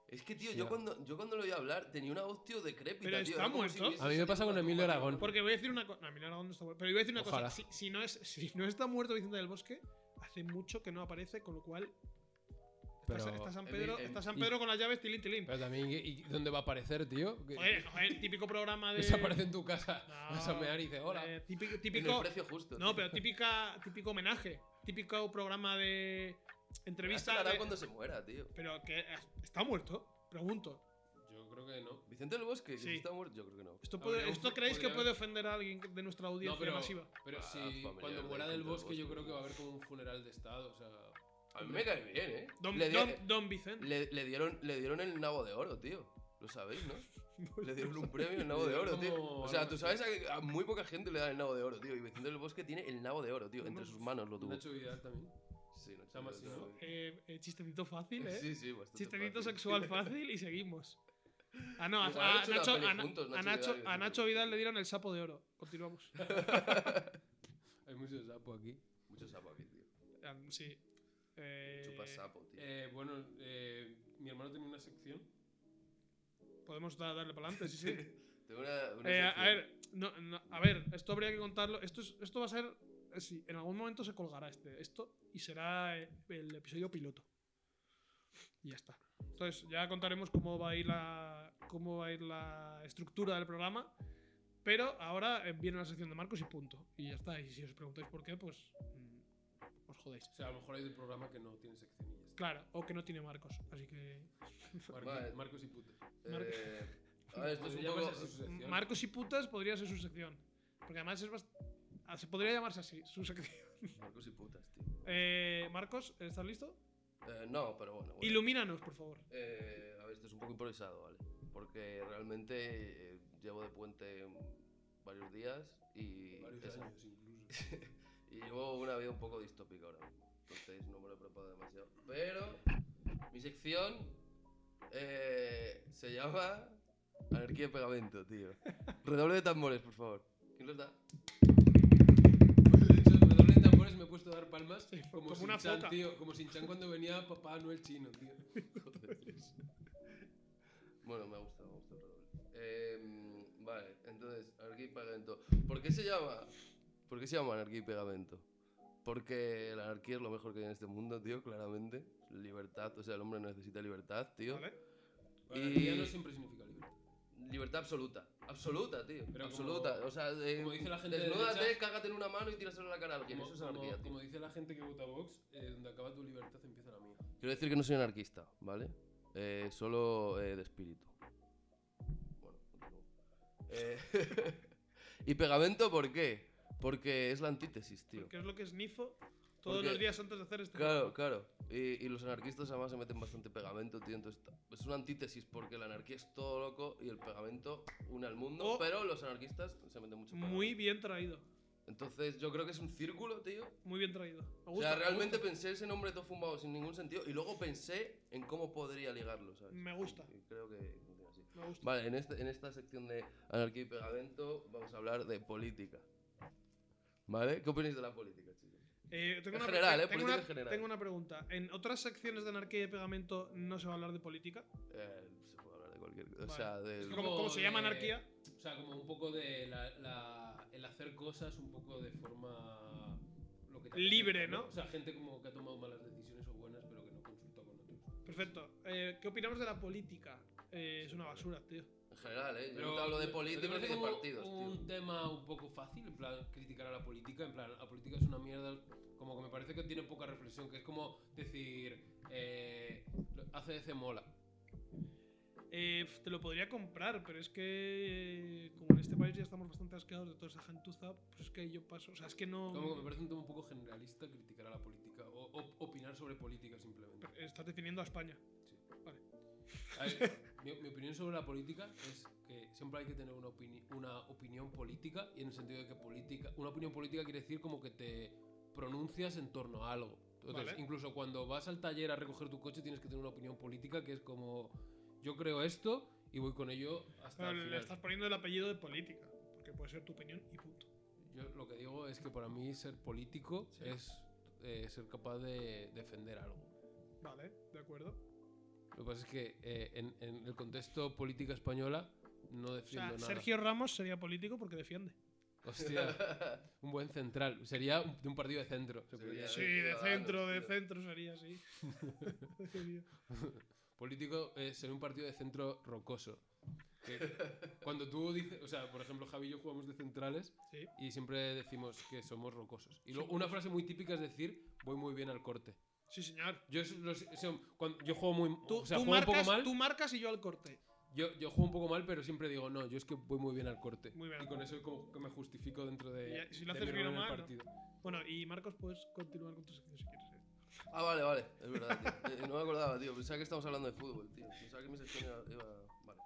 Es que, tío,
Sí,
yo
ya.
cuando, yo cuando lo oí hablar tenía una voz, tío, decrépita.
Pero
tío,
está
era como
muerto.
hubiese
A mí me
sido
pasa con
una
Emilio
coma,
Aragón.
tío.
Porque voy a decir una cosa. No, Emilio Aragón no está muerto. Pero voy a decir una cosa.
Ojalá.
Si, si no es, si no está muerto Vicente del Bosque, hace mucho que no aparece, con lo cual. Está,
Pero-
está San Pedro,
Emil- em-
está San
y-
Pedro con las llaves tilín tilín.
Pero también, ¿y, y dónde va a aparecer, tío? Que-
Joder, joder, típico programa de.
Desaparece en tu casa.
No,
Vas a mear y dice, hola.
eh, típico.
En el
típico
precio justo.
no, pero típica, típico homenaje. Típico programa de.
Entrevista.
Entrevista.
hará
de-
cuando se muera, tío.
Pero que. eh, ¿Está muerto? Pregunto.
Yo creo que no.
Vicente del Bosque, que
Sí.
si está muerto, yo creo que no.
¿Esto, puede-
Habría un-
¿esto creéis que
podría
puede
haber-
ofender a alguien de nuestra audiencia
No, pero,
masiva?
pero
Ah,
si
familiar
cuando
de Vicente
muera del
del
bosque, yo
Bosque.
creo que va a haber como un funeral de estado, o sea...
A mí me cae bien, eh.
Don,
le, di-
don, don Vicente.
le- le dieron, le dieron el nabo de oro, tío. Lo sabéis, ¿no? Le dieron un premio el nabo
Le
de
dieron
oro, tío.
como
O sea,
algo
tú
así.
sabes a que a muy poca gente le dan el nabo de oro, tío. Y Vicente del Bosque tiene el nabo de oro, tío. Entre
No.
sus manos lo tuvo.
Nacho Vidal también.
Sí, Nacho
Chama,
Vidal,
sí, ¿no?
tío.
Eh, eh, chistecito fácil, ¿eh?
Sí, sí, bastante.
Chistecito
fácil.
sexual fácil y seguimos. Ah, no, a,
Pues han
a Nacho,
hecho una peli
a Na-
juntos,
a
Nacho
Nacho- a
Vidal y Nacho
Nacho
Vidal.
Vidal le dieron el sapo de oro. Continuamos.
Hay mucho sapo aquí.
Mucho sapo aquí, tío.
Ah, sí. Eh,
Chupa sapo, tío.
Eh, bueno, eh, mi hermano tenía una sección.
Podemos da- darle para adelante, sí, sí.
Tengo una, una
Eh, a,
sección.
a ver, no, no, a ver, esto habría que contarlo. Esto, es- esto va a ser. eh, Sí, en algún momento se colgará este, esto y será eh, el episodio piloto. Y ya está. Entonces, ya contaremos cómo va a ir la, cómo va a ir la estructura del programa. Pero ahora eh, viene la sección de Marcos y punto. Y ya está. Y si os preguntáis por qué, pues mm, os jodéis.
O sea, a lo mejor hay un programa que no tiene sección y ya está.
Claro, o que no tiene Marcos. Así que.
Marcos,
Vale.
Marcos y putas.
Mar-
Eh, a ver, esto es un
Podría
poco.
llamarse así su sección.
Marcos y putas podría ser su sección. Porque además es bast- ah, Se podría llamarse así, su sección.
Marcos y putas, tío.
Eh, Marcos, ¿estás listo?
Eh, no, pero bueno. bueno.
Ilumínanos, por favor.
Eh, a ver, esto es un poco improvisado, ¿vale? Porque realmente eh, llevo de puente mm, varios días y,
Varios
Eh, esa-
años incluso.
y llevo una vida un poco distópica ahora. mismo. Entonces no me lo he preparado demasiado. Pero mi sección eh, se llama Anarquía y Pegamento, tío. Redoble de tambores, por favor. ¿Quién los da?
De hecho, me doblen tambores me he puesto a dar palmas
Sí,
como,
como
Sin
una
Chan,
foca.
tío. Como Sin Chan cuando venía Papá Noel chino, tío.
Bueno, me ha gustado, me ha gustado el redoble. Eh, vale, entonces, anarquía y pegamento. ¿Por qué se llama? ¿Por qué se llama anarquía y pegamento? Porque la anarquía es lo mejor que hay en este mundo, tío, claramente. Libertad, o sea, el hombre necesita libertad, tío.
¿Vale?
Y...
Y-
Anarquía no siempre significa libertad.
Libertad absoluta. Absoluta, tío.
Pero
absoluta.
como-
o sea, de-
como dice la gente de
desnúdate,
derechas-
cágate en una mano y tíraselo en la cara a alguien. Eso
Como,
es
como-
anarquía, tío.
como dice la gente que vota Vox, eh, donde acaba tu libertad empieza la mía.
Quiero decir que no soy anarquista, ¿vale? Eh, solo eh, de espíritu. Bueno, continúo. Eh, ¿Y pegamento por qué? Porque es la antítesis, tío.
Porque es lo que snifo todos
Porque-
los días antes de hacer este.
Claro, claro. Y, y los anarquistas además se meten bastante pegamento, tío. Entonces ta- es una antítesis porque la anarquía es todo loco y el pegamento une al mundo.
Oh.
Pero los anarquistas se meten mucho pegamento.
Muy bien traído.
Entonces yo creo que es un círculo, tío.
Muy bien traído. Me
O
gusta,
sea,
me
realmente
gusta.
pensé ese nombre todo fumado sin ningún sentido y luego pensé en cómo podría ligarlo, ¿sabes?
Me gusta.
Y creo que funciona así.
Me gusta.
Vale, en, este- en esta sección de anarquía y pegamento vamos a hablar de política. ¿Vale? ¿Qué opináis de la política, chicos?
Eh, tengo
en
una-
general, eh,
tengo
política
una-
en general.
Tengo una pregunta. ¿En otras secciones de anarquía y de pegamento no se va a hablar de política?
Eh, se puede hablar de cualquier cosa.
Vale.
O sea,
Es
del-
que como, como se llama
de-
anarquía,
O sea, como un poco de la, la- el hacer cosas un poco de forma... lo que te
Libre,
apetezca,
¿no?
O sea, gente como que ha tomado malas decisiones o buenas, pero que no consulta con otros.
perfecto. Eh, ¿Qué opinamos de la política? eh, es una basura, tío.
En general, ¿eh? Yo no te hablo de
¿te
política ni
parece
de
como
partidos,
un
tío.
tema un poco fácil, en plan, criticar a la política, en plan, la política es una mierda, como que me parece que tiene poca reflexión, que es como decir, eh, lo- ACDC mola.
Eh, pf, te lo podría comprar, pero es que eh, como en este país ya estamos bastante asqueados de toda esa gentuza, pues es que yo paso, o sea, es que no...
Como que me parece un tema un poco generalista criticar a la política, o, o- opinar sobre política simplemente.
Estás definiendo a España.
A ver, mi, mi opinión sobre la política es que siempre hay que tener una, opini- una opinión política, y en el sentido de que política, una opinión política quiere decir como que te pronuncias en torno a algo. Entonces,
Vale.
incluso cuando vas al taller a recoger tu coche, tienes que tener una opinión política que es como yo creo esto y voy con ello hasta
Pero
el
le
final.
estás poniendo el apellido de política, porque puede ser tu opinión y punto.
Yo lo que digo es que para mí ser político
Sí.
es eh, ser capaz de defender algo.
Vale, de acuerdo.
Lo que pasa es que eh, en, en el contexto política española no
O sea,
defiendo nada.
Sergio Ramos sería político porque defiende.
Hostia, un buen central. Sería un- de un partido de centro. se
Sería-
podría
Sí,
decir.
de
Ciudadanos,
centro, de
tío.
centro sería así.
Político eh, sería un partido de centro rocoso. Que cuando tú dices, o sea, por ejemplo, Javi y yo jugamos de centrales
Sí.
y siempre decimos que somos rocosos. Y luego una frase muy típica es decir, voy muy bien al corte.
Sí, señor.
Yo, es- los- son- cuando- yo juego muy,
Tú,
o sea,
tú
juego
marcas,
un poco mal.
tú marcas y yo al corte.
Yo, yo juego un poco mal, pero siempre digo, no, yo es que voy muy bien al corte.
Muy bien.
Y con eso como que me justifico dentro de,
Y si lo
de
haces
mi rol
bien o
en el
mal, ¿no?
partido.
Bueno, y Marcos, puedes continuar con tu sección si quieres. ¿eh?
Ah, vale, vale. Es verdad, tío. Eh, No me acordaba, tío. Pensaba que estamos hablando de fútbol, tío. Pensaba que mi sección iba... iba- Vale.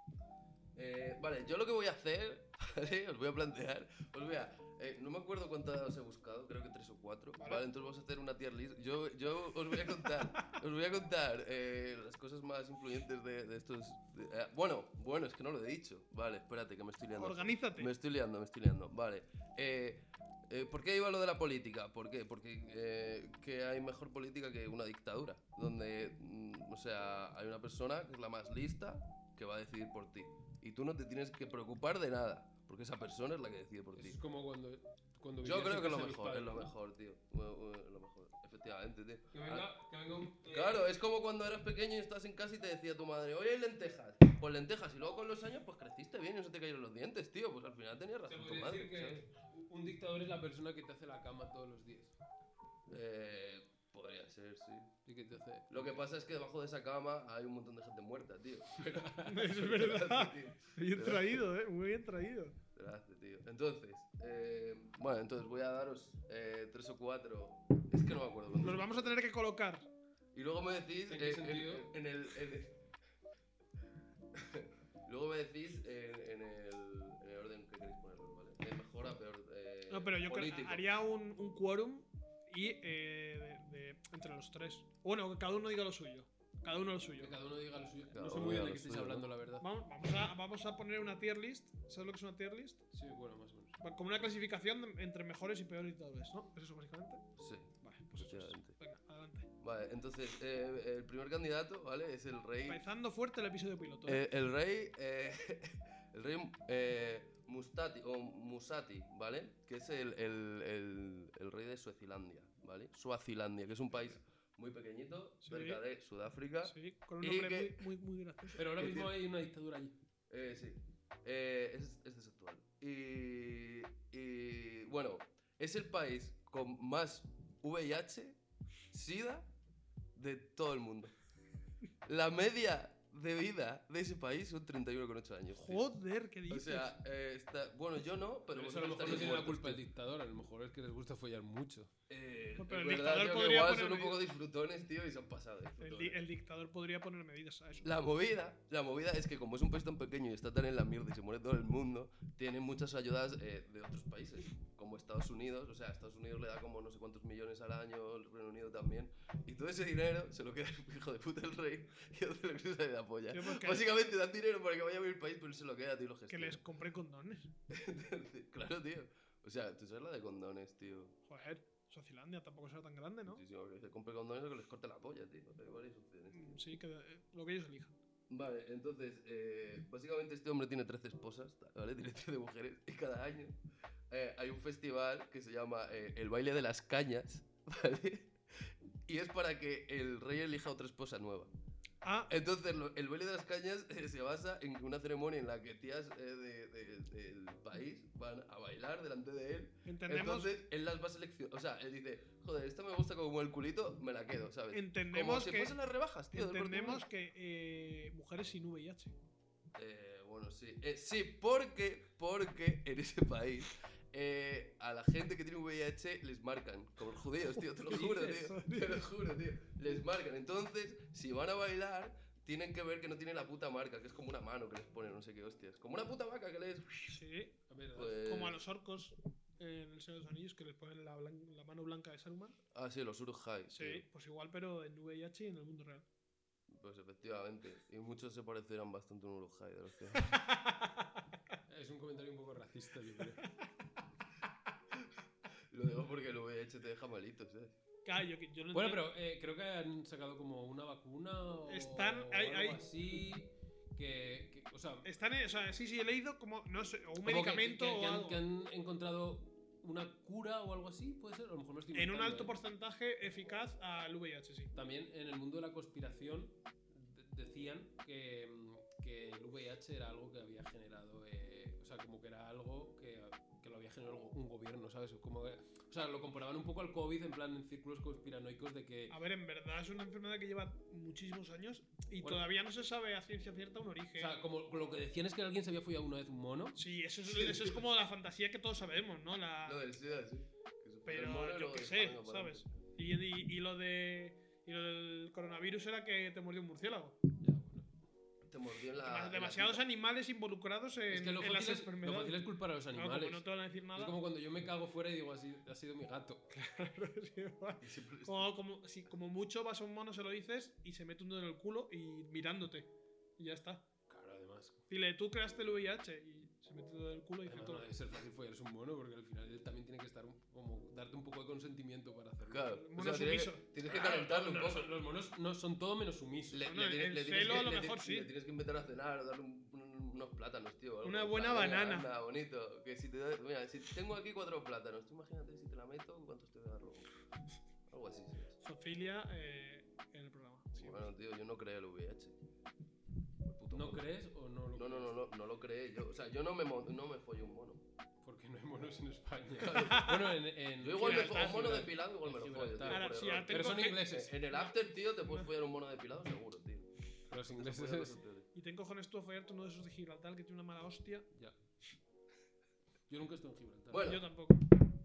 Eh, vale, yo lo que voy a hacer, ¿vale? os voy a plantear, os voy a... eh, no me acuerdo cuántas he buscado, creo que tres o cuatro.
Vale.
Vale, entonces vamos a hacer una tier list. Yo, yo os voy a contar, os voy a contar eh, las cosas más influyentes de, de estos... de- eh, bueno, bueno, es que no lo he dicho. Vale, espérate, que me estoy liando.
Organízate.
Me estoy liando, me estoy liando. Vale. Eh, eh, ¿Por qué iba lo de la política? ¿Por qué? Porque eh, que hay mejor política que una dictadura. Donde, mm, o sea, hay una persona que es la más lista que va a decidir por ti. Y tú no te tienes que preocupar de nada. Porque esa persona es la que decide por ti.
Es como cuando, cuando
Yo
vivías
creo
en
que es
casa
lo
de mis
mejor, es
padres,
lo
¿no?
mejor, tío. Bueno, bueno, Lo mejor, efectivamente, tío.
Que venga, que venga un. eh,
Claro, es como cuando eras pequeño y estás en casa y te decía tu madre, oye, hay lentejas. Pues lentejas, y luego con los años, pues creciste bien y no se te cayeron los dientes, tío. Pues al final tenías
Se
razón tu
podría
madre.
decir que
¿sabes?
un dictador es la persona que te hace la cama todos los días.
Eh, podría ser, sí.
Y que te hace.
Lo que pasa es que debajo de esa cama hay un montón de gente muerta, tío.
Eso es verdad.
Tío,
Bien traído, ¿eh? Muy bien traído.
te la hace, tío. Entonces, eh, bueno, entonces voy a daros eh, tres o cuatro. Es que no me acuerdo. cuántos
Los
son.
vamos a tener que colocar.
Y luego me decís.
¿En qué
eh,
sentido?
en el. en el- luego me decís en, en el, en el orden que queréis ponerlo, ¿vale? De mejor a peor. eh,
No, pero yo creo que
político.
haría un, un quórum y eh, de- de- entre los tres. Bueno, que cada uno diga lo suyo. Cada uno lo suyo.
Que cada uno diga lo suyo.
Cada
no sé
uno
muy
diga
bien de
lo
qué estáis
suyo,
hablando, la verdad.
Vamos, vamos a, vamos a poner una tier list. ¿Sabes lo que es una tier list?
Sí, bueno, más o menos.
Va- Como una clasificación de- entre mejores y peores dictadores, ¿no? ¿Es eso básicamente?
Sí.
Vale, pues eso
Efectivamente.
es. Venga, adelante.
Vale, entonces, eh, el primer candidato, ¿vale? Es el rey.
Empezando fuerte el episodio piloto. ¿eh?
Eh, el rey, eh, el rey eh, Mustati, o Musati, ¿vale? Que es el, el- el- el rey de Suazilandia, ¿vale? Suazilandia, que es un país muy pequeñito,
Sí.
cerca de Sudáfrica. Sí.
sí, con un
y
nombre
que-
muy, muy, muy gracioso.
Pero ahora
¿Qué
mismo
tiene?
hay una dictadura allí.
Eh, sí. Eh, es, es desactual. Y, y, bueno, es el país con más VIH, SIDA de todo el mundo. La media de vida de ese país son 31,8 años. tío.
Joder, ¿qué
O
dices?
sea, eh, está... bueno, yo no, pero,
Pero eso
vosotros
a lo mejor no
estaréis
tiene la
muertos,
culpa el
tío.
dictador, a lo mejor es que les gusta follar mucho.
este. Eh,
No, pero
es
el
verdad,
dictador
tío, que
podría
igual
poner
son un poco
medidas.
disfrutones, tío, y se han pasado. de
el, di-
disfrutones.
el dictador podría poner medidas a eso.
La movida, la movida es que como es un país tan pequeño y está tan en la mierda y se muere todo el mundo, tiene muchas ayudas eh, de otros países, como Estados Unidos, o sea, Estados Unidos le da como no sé cuántos millones al año, el Reino Unido también, y todo ese dinero se lo queda el hijo de puta el rey y hace lo que se le da polla.
Tío, pues que-
Básicamente dan dinero para que vaya a vivir el país, pero él se lo queda, tío, y lo
que
gestiona.
les compré condones.
claro, tío. O sea, tú sabes la de condones, tío.
Joder, Socilandia tampoco será tan grande, ¿no?
Muchísimo, que se compre condones o que les corte la polla, tío. Hay varias opciones.
Mm, Sí, que eh, lo que ellos elijan.
Vale, entonces, eh, básicamente este hombre tiene 13 esposas, ¿vale? Tiene 13 mujeres y cada año eh, hay un festival que se llama eh, El Baile de las Cañas, ¿vale? Y es para que el rey elija otra esposa nueva.
Ah,
Entonces, lo- el baile de las cañas eh, se basa en que una ceremonia en la que tías eh, de- de- del país van a bailar delante de él.
entendemos,
Entonces, él las va seleccionando. O sea, él dice, joder, esta me gusta como el culito, me la quedo, ¿sabes? pues, como
entendemos
si
que,
fuesen las rebajas, tío. del Corte
entendemos
Inglés.
que eh, mujeres sin VIH.
Eh, bueno, sí. Eh, sí, porque, porque en ese país eh, a la gente que tiene VIH les marcan. Como los judíos, tío, te lo
¿Qué
juro,
dices,
tío.
tío?
Te lo juro, tío. Les marcan. Entonces, si van a bailar, tienen que ver que no tienen la puta marca, que es como una mano que les ponen, no sé qué hostias. Como una puta vaca que les.
Sí,
A ver,
Pues...
como a los orcos en el Señor de los Anillos que les ponen la, blan- la mano blanca de Saruman.
Ah, sí, los Urujai.
Sí, pues igual, pero en VIH y en el mundo real.
Pues efectivamente. Y muchos se parecerán bastante a un Urujai de los que.
es un comentario un poco racista, yo creo.
Lo digo porque el VIH te deja malito, ¿sabes?
Claro, yo, yo no
Bueno,
entiendo-
pero eh, creo que han sacado como una vacuna o
Están- hay-
algo
hay-
así. Que, que- o sea,
Están, en- o sea, sí, sí, he leído como, no sé, o un
como que-
medicamento
que, que
o
han,
algo.
que han encontrado una cura o algo así, puede ser. A lo mejor me estoy
en un
inventando,
alto
¿eh?
porcentaje eficaz al VIH, sí.
También en el mundo de la conspiración de- decían que, mm, que el VIH era algo que había generado, eh, o sea, como que era algo que, que lo había generado un gobierno, ¿sabes? Como que- o sea, lo comparaban un poco al COVID, en plan, en círculos conspiranoicos de que...
A ver, en verdad es una enfermedad que lleva muchísimos años y
Bueno.
todavía no se sabe a ciencia cierta un
O
origen.
sea, como lo que decían es que alguien se había follado una vez un mono.
sí, eso es, eso es como la fantasía que todos sabemos, ¿no? La-
Lo del SIDA, sí. Que se pone el mono
Ah. pero
y
yo
luego
qué
dice,
sé,
"Venga, para
¿sabes?
adelante".
Y, y- y lo de. Y lo del coronavirus era que te murió un murciélago.
Ya, bueno.
Te mordió en la.
Además,
en la
demasiados
tripa.
animales involucrados en,
Ah, Es que lo
en
fácil
las
es, lo
enfermedades.
fácil es culpar a los
Claro, como
animales.
no te van a decir
es
nada.
como cuando yo me cago fuera y digo, así, ha sido mi gato.
es igual.
Y siempre-
Como, como, si como mucho vas a un mono, se lo dices y se mete un dedo en el culo y mirándote. Y ya está.
Claro, además.
Dile, tú creaste el VIH y se mete un dedo en el culo y dice
Además,
todo.
no debe ser fácil follarse un mono porque al final él también tiene que estar un- como darte un poco de consentimiento para hacerlo.
Claro.
el
o
mono
sea, tienes, que,
sumiso.
tienes que calentarlo un
Ah,
Ah, No,
poco.
son- los monos no son todo menos sumisos.
Le,
Bueno,
le tienes-
el
le tienes
celo
que-
a lo
le
mejor
tienes-
sí.
Le tienes que invitar a cenar, o darle un- un- unos plátanos, tío. o algo.
Una
En
buena
plan, "Venga,
banana".
anda, bonito. Que si te da- mira, si tengo aquí cuatro plátanos, tú imagínate si te la meto, ¿cuántos te voy a dar luego? Algo así, ¿sabes?
Zoofilia eh, en el programa. Sí,
Bueno, tío, yo no creé el VIH. El puto
¿No
mono.
crees o no lo
No, no, no,
crees?
no, no lo creé yo. O sea, yo no me, mo- no me follé un mono.
Porque no hay monos en España. bueno, en. en
Yo igual me
Gibraltar,
fo- un mono
Gibraltar.
depilado, igual me lo follo.
Gibraltar.
tío,
Ahora,
por
si
error.
ya te-
Pero son
Tengo que-
ingleses.
En el after, tío, te puedes follar un mono depilado, seguro, tío.
Los
Te follas
ingleses.
cosas peores.
Y te encojones tú a follarte uno de esos de Gibraltar que tiene una mala hostia.
Ya. Yo nunca he estado en Gibraltar.
Bueno.
Yo tampoco.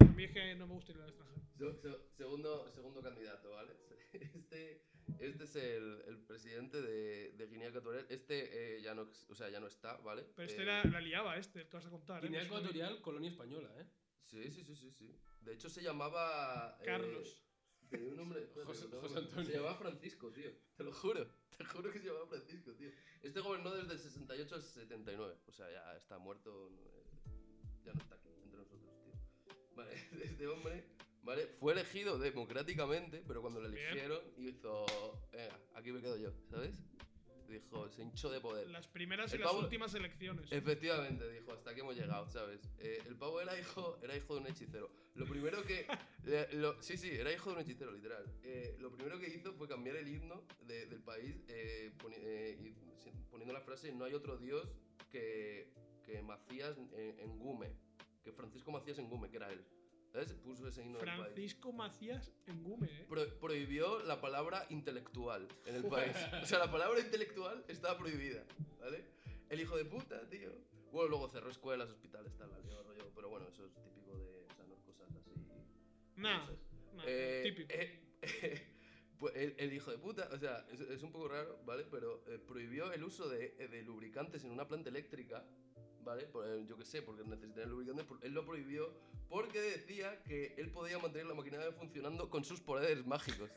A mí es que no me gusta ir al extranjero.
Se- se- segundo, segundo candidato, ¿vale? Este, este es el, el presidente de, de Guinea Ecuatorial. Este eh, ya, no, ex- o sea, ya no está, ¿vale?
Pero este
Eh,
la, la liaba, este, el que vas a contar. ¿eh?
Guinea
No sé.
Ecuatorial, colonia española, ¿eh?
Sí, sí, sí, sí, sí. De hecho, se llamaba... eh,
Carlos.
tenía un nombre- espérate,
José-
lo tengo
José
que-
Antonio.
Se llamaba Francisco, tío. Te lo juro. Te juro que se llamaba Francisco, tío. Este gobernó desde el 68 al 79. O sea, ya está muerto. no, eh, ya no está aquí entre nosotros, tío. Vale, este hombre, ¿vale? Fue elegido democráticamente, pero cuando lo
Bien.
eligieron hizo. Venga, aquí me quedo yo, ¿sabes? Dijo, se hinchó de poder.
Las primeras y
El
las
pavo-
últimas elecciones.
Efectivamente, dijo, hasta aquí hemos llegado, ¿sabes? Eh, el pavo era hijo, era hijo de un hechicero. Lo primero que. le- lo- sí, sí, era hijo de un hechicero, literal. Eh, lo primero que hizo fue cambiar el himno de- del país eh, poni- eh, y si- poniendo la frase: No hay otro dios que, que Macías en, en Gume. Que Francisco Macías en Gume, que era él. ¿Sabes? Puso ese himno del país.
Francisco Macías en Gume, ¿eh?
Pro- prohibió la palabra intelectual en el país. O sea, la palabra intelectual estaba prohibida, ¿vale? El hijo de puta, tío. Bueno, luego cerró escuelas, hospitales, tal, la lió, rollo, pero bueno, eso es típico de, o sea, no es cosas así.
Nah,
cosas.
nah,
Eh,
típico.
eh, pues el, el hijo de puta, o sea, es, es un poco raro, ¿vale? Pero eh, prohibió el uso de, eh, de lubricantes en una planta eléctrica, ¿vale? Por, eh, yo qué sé, porque necesitarían lubricantes. por- Él lo prohibió porque decía que él podía mantener la maquinaria funcionando con sus poderes mágicos.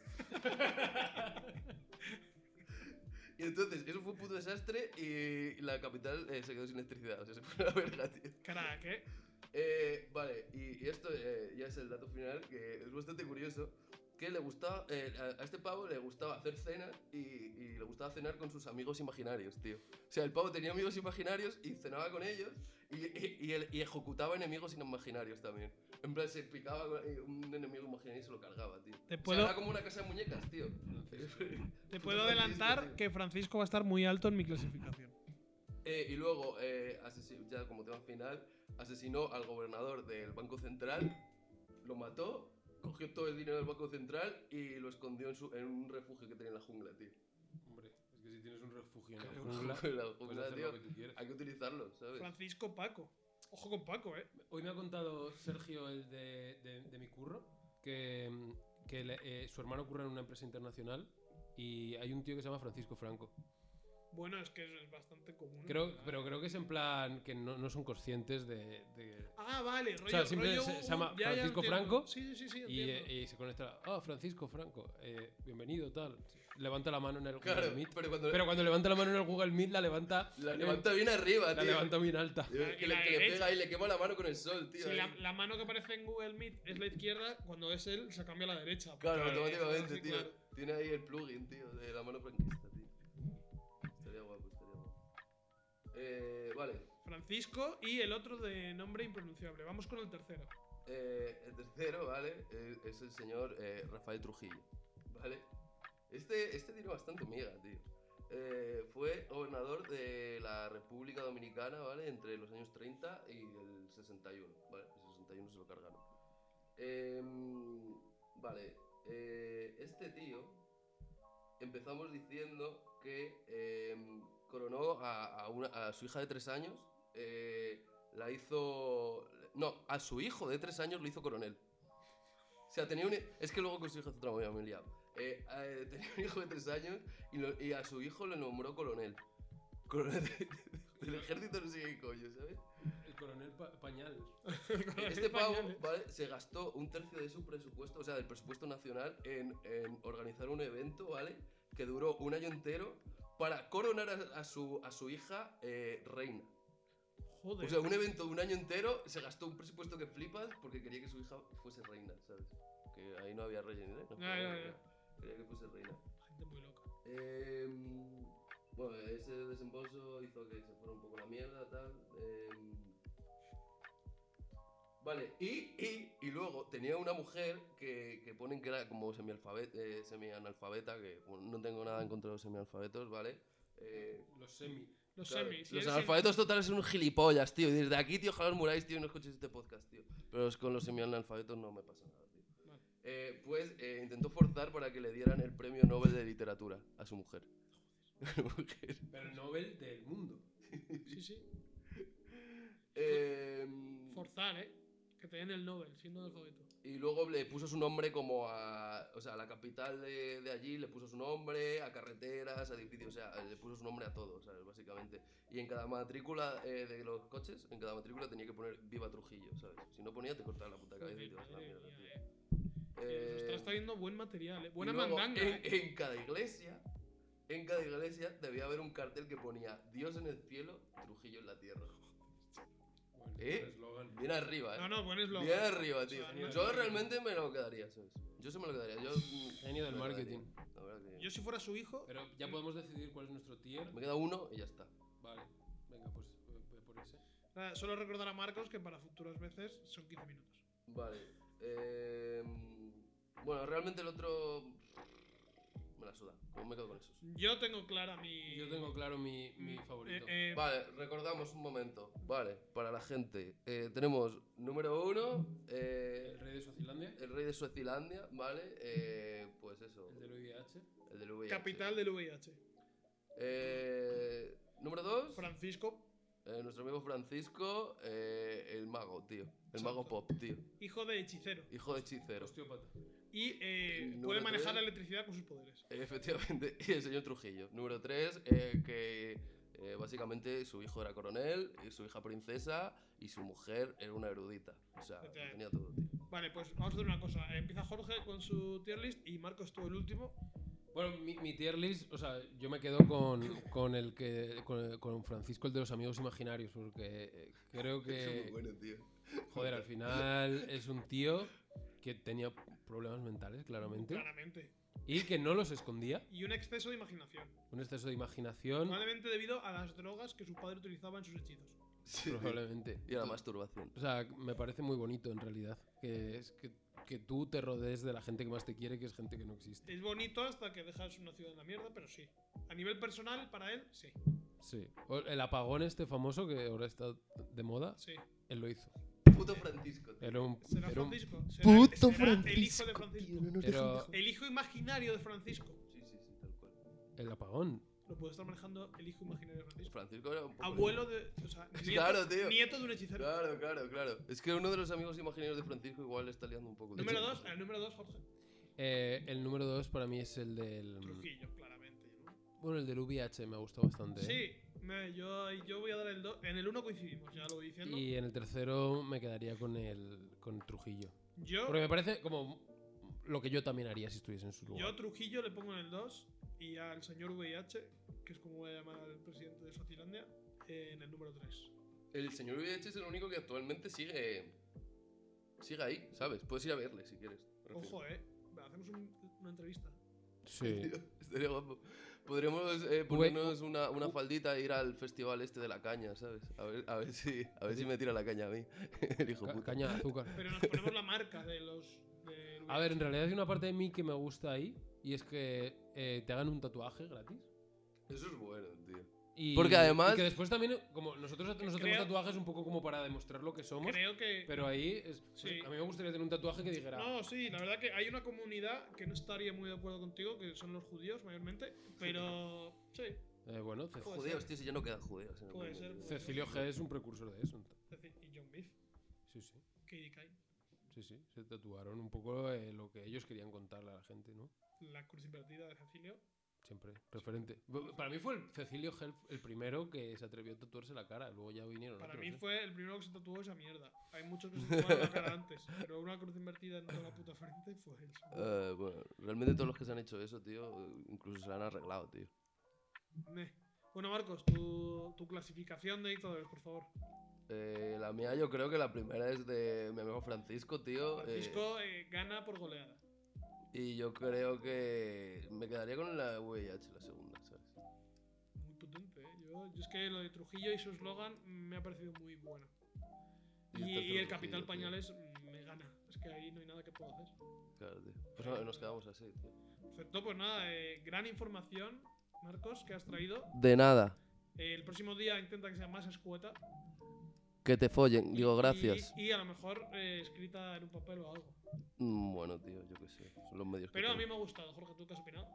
Y entonces, eso fue un puto desastre y la capital eh, se quedó sin electricidad. O sea, se fue a la verga, tío.
Crack, ¿eh?
Eh, vale, y, y esto eh, ya es el dato final, que es bastante curioso. que le gustaba, eh, a- a este pavo le gustaba hacer cenas y, y le gustaba cenar con sus amigos imaginarios, tío. O sea, el pavo tenía amigos imaginarios y cenaba con ellos y, y- y el- y ejecutaba enemigos imaginarios también. En plan, se picaba con eh, un enemigo imaginario y se lo cargaba, tío.
Te
O sea,
puedo-
era como una casa de muñecas, tío.
Te
Puto
puedo
Francisco,
adelantar
tío.
que Francisco va a estar muy alto en mi clasificación.
Eh, y luego, eh, asesi- ya como tema final, asesinó al gobernador del Banco Central, lo mató, cogió todo el dinero del Banco Central y lo escondió en, su- en un refugio que tenía en la jungla, tío.
Hombre, es que si tienes un refugio en
En
la
la
jungla, puedes
jungla,
hacer
tío.
lo que tú quieras.
Hay que utilizarlo, ¿sabes?
Francisco Paco. Ojo con Paco, eh.
Hoy me ha contado Sergio, el de, de- de mi curro, que, mm, que le- eh, su hermano curra en una empresa internacional y hay un tío que se llama Francisco Franco.
Bueno, es que es bastante común. Ah.
Creo,
¿verdad?
pero creo que es en plan que no, no son conscientes de... de-
Ah, vale, rollo.
sea, simple
rollo
se-
un-
se llama
ya, ya
Francisco
entiendo.
Franco
Sí, sí, sí, sí,
y,
entiendo.
eh, y se conecta. Ah, Francisco Franco, eh, bienvenido, tal. Levanta la mano en el Google
Claro,
Meet.
pero cuando
Pero cuando levanta la mano en el Google Meet, la levanta.
la
eh,
levanta bien arriba,
la
tío.
levanta bien alta.
Tío,
Ah, y
que
la
le, que le
derecha.
pega y le quema la mano con el sol, tío.
si
ahí.
la, la mano que aparece en Google Meet es la izquierda, cuando es él se cambia a la derecha.
Claro,
Porque
automáticamente,
sí,
tío.
claro.
Tiene ahí el plugin, tío, de la mano franquista, tío. Estaría guapo, estaría guapo. Eh, vale.
Francisco y el otro de nombre impronunciable. Vamos con el tercero.
Eh, el tercero, ¿vale? Eh, es el señor eh, Rafael Trujillo, ¿vale? Este, este tiene bastante miga, tío. Eh, fue gobernador de la República Dominicana, ¿vale? Entre los años 30 y el 61, ¿vale? El 61 se lo cargaron. Em, vale, eh, este tío empezamos diciendo que em, coronó a, a una- a su hija de tres años, eh, la hizo... No, a su hijo de tres años lo hizo coronel. O sea, tenía un... Es que luego con su hija otra muy familia. Eh, eh, tenía un hijo de tres años y, lo- y a su hijo lo nombró coronel. Coronel de- de- del ejército no sé qué coño, ¿sabes?
El coronel Pa- Pañal.
Este pavo ¿vale? se gastó un tercio de su presupuesto, o sea, del presupuesto nacional, en, en organizar un evento, ¿vale? Que duró un año entero para coronar a, a su, a su hija eh, reina.
Joder.
O sea, un evento de un año entero se gastó un presupuesto que flipas porque quería que su hija fuese reina, ¿sabes? Que ahí no había reyes ni reinas,
Ya,
pero
ya,
bueno,
ya.
Quería que fuese reina.
Gente muy loca.
Em, bueno, ese desembolso hizo que se fuera un poco la mierda, tal. em. vale, y, y, y luego tenía una mujer que, que ponen que era como semialfabet, eh, semianalfabeta, que bueno, no tengo nada en contra de los semialfabetos, ¿vale? Eh,
Los semi.
Los
claro,
semis. Si
los
eres
analfabetos totales son unos gilipollas, tío. y Desde aquí, tío, ojalá os muráis, tío, y no escuchéis este podcast, tío. Pero es- con los semianalfabetos no me pasa nada, tío.
Vale.
Eh, pues eh, intentó forzar para que le dieran el premio Nobel de Literatura a su mujer. A la mujer.
Pero Nobel del mundo.
in- Sí, sí.
Eh,
Forzar, eh. Que te den el Nobel, siendo alfabeto.
y luego le puso su nombre como a. O sea, a la capital de, de allí le puso su nombre, a carreteras, a edificios, o sea, le puso su nombre a todo, ¿sabes? Básicamente. Y en cada matrícula eh, de los coches, en cada matrícula tenía que poner Viva Trujillo, ¿sabes? Si no ponía, te cortaban la puta cabeza y
Joder,
te vas a la
madre mía,
mierda, tío.
eh. Eh, Nos estás trayendo buen material, eh.
y
Buena
luego,
mandanga.
En,
eh.
en cada iglesia, en cada iglesia debía haber un cartel que ponía Dios en el cielo, Trujillo en la tierra.
Bueno,
¿Eh?
el eslogan.
Bien arriba, ¿eh?
No, no, buen eslogan.
Bien arriba,
sea,
tío.
no-
yo realmente me lo quedaría, ¿sabes? Yo se me lo quedaría. Yo, mm,
Genio del
me lo quedaría,
marketing.
la verdad que-
Yo si fuera su hijo,
Pero ya podemos decidir cuál es nuestro tier.
Me queda uno y ya está.
Vale, venga, pues voy voy por ese.
nada, solo recordar a Marcos que para futuras veces son 15 minutos.
Vale. eh, bueno, realmente el otro. Me la suda. ¿Cómo me quedo con esos?
Yo tengo clara mi.
Yo tengo claro mi, mi
Mm,
favorito.
eh, eh,
Vale, recordamos un momento. Vale, para la gente. eh, tenemos número uno. eh,
el rey de Suazilandia,
el rey de Suecilandia, ¿vale? Eh, pues eso.
el del VIH.
El del VIH.
capital del VIH.
Eh, número dos.
Francisco,
eh, nuestro amigo Francisco. eh, el mago, tío. El mago pop, tío.
hijo de hechicero.
Hijo de hechicero.
Osteópata.
Y eh,
Número
puede manejar
tres.
la electricidad con sus poderes.
Eh, Efectivamente, y el señor Trujillo. Número 3, que eh, básicamente su hijo era coronel, y su hija princesa y su mujer era una erudita. O sea, lo tenía todo, tío.
Vale, pues vamos a hacer una cosa. Empieza Jorge con su tier list y Marcos tú el último.
Bueno, mi, mi tier list, o sea, yo me quedo con, con el que con, con Francisco, el de los amigos imaginarios, porque eh, creo
Es muy
que,
bueno, tío.
joder, al final es un tío que tenía problemas mentales, claramente,
Claramente.
y que no los escondía.
Y un exceso de imaginación.
Un exceso de imaginación,
Probablemente debido a las drogas que su padre utilizaba en sus hechizos.
Sí.
probablemente.
Y a la masturbación.
O sea, me parece muy bonito en realidad. Que es que, que tú te rodees de la gente que más te quiere, que es gente que no existe.
Es bonito hasta que dejas una ciudad en la mierda, pero sí. A nivel personal, para él, sí.
Sí. O- El apagón este famoso que ahora está de moda,
Sí.
él lo hizo.
Puto Francisco, tío.
Era un.
Será
era un-
Francisco. será-
Puto
será El hijo
Francisco,
de
tío,
Francisco.
no nos
Pero-
dejan dejar.
El hijo imaginario de Francisco.
Sí, sí, sí, tal cual.
el apagón.
Lo puede estar manejando el hijo imaginario de Francisco.
Francisco era un poco-
Abuelo de. O sea, nieto,
Claro, tío.
nieto de un hechicero.
Claro, claro, claro. Es que uno de los amigos imaginarios de Francisco igual le está liando un poco.
Número dos, el número dos, Jorge.
Eh, el número 2 para mí es el del.
Trujillo, claramente. ¿no?
Bueno, el del VIH me gustó bastante. ¿eh?
Sí, me- yo, yo voy a dar el 2. En el 1 coincidimos, ya lo voy diciendo.
Y en el tercero me quedaría con el con Trujillo.
yo,
Porque me parece como lo que yo también haría si estuviese en su
yo
lugar.
Trujillo le pongo en el 2 y al señor VIH, que es como voy a llamar al presidente de Suazilandia, eh, en el número 3.
El señor VH es el único que actualmente sigue. Sigue ahí, ¿sabes? Puedes ir a verle si quieres.
Ojo, eh. Hacemos un- una entrevista.
Sí.
Estaría guapo. Podríamos eh, ponernos una, una faldita e ir al festival este de la caña, ¿sabes? A ver, a ver, si, a ver si me tira la caña a mí. El hijo
Ca-
puta.
caña de azúcar.
Pero nos ponemos la marca de los. del
A ver, en
VIH.
realidad hay una parte de mí que me gusta ahí y es que eh, te hagan un tatuaje gratis.
Eso es bueno, tío.
Y,
Porque además-
y que después también, como nosotros nos hacemos
Creo-
tatuajes un poco como para demostrar lo que somos,
Creo que.
pero ahí es- pues,
Sí.
a mí me gustaría tener un tatuaje que dijera,
No, sí, la verdad que hay una comunidad que no estaría muy de acuerdo contigo, que son los judíos mayormente, pero sí,
eh, bueno, Ce-
Puede
Judeos,
ser.
tío, si ya no quedan judeos. en el
Puede
mundo,
ser,
tío.
puede ser.
Cecilio G es un precursor de eso.
es decir, y John Beef,
Sí, sí,
Katie Kane,
sí, sí, se tatuaron un poco eh, lo que ellos querían contarle a la gente, ¿no?
la cruz invertida de Cecilio.
Siempre, referente. Bu- Para mí fue el Cecilio G el, el primero que se atrevió a tatuarse la cara, luego ya vinieron
Para
otros,
mí
¿eh?
fue el primero que se tatuó esa mierda. Hay muchos que se tatuaron la cara antes, pero una cruz invertida en toda la puta frente fue él.
Eh, bueno, realmente todos los que se han hecho eso, tío, incluso se lo han arreglado, tío.
Meh. Bueno, Marcos, tu, tu clasificación de dictadores, por favor.
Eh, la mía yo creo que la primera es de mi amigo Francisco, tío. eh,
Francisco eh, gana por goleada.
y yo creo que me quedaría con la VIH, la segunda, ¿sabes?
Muy potente, ¿eh? Yo, yo es que lo de Trujillo y su eslogan me ha parecido muy bueno.
Y este
Y,
el tercero
y el
Trujillo,
Capital
tío.
Pañales mm, me gana. Es que ahí no hay nada que pueda hacer.
Claro, tío. Pues no, nos quedamos así, tío.
Perfecto, pues nada, eh, gran información, Marcos, que has traído.
De nada.
Eh, el próximo día intenta que sea más escueta.
Que te follen. Digo,
Y-
gracias.
Y, a lo mejor eh, escrita en un papel o algo.
Mm, Bueno, tío, yo qué sé. Son los medios que
Pero a mí
tengo.
me ha gustado, Jorge, ¿tú qué has opinado?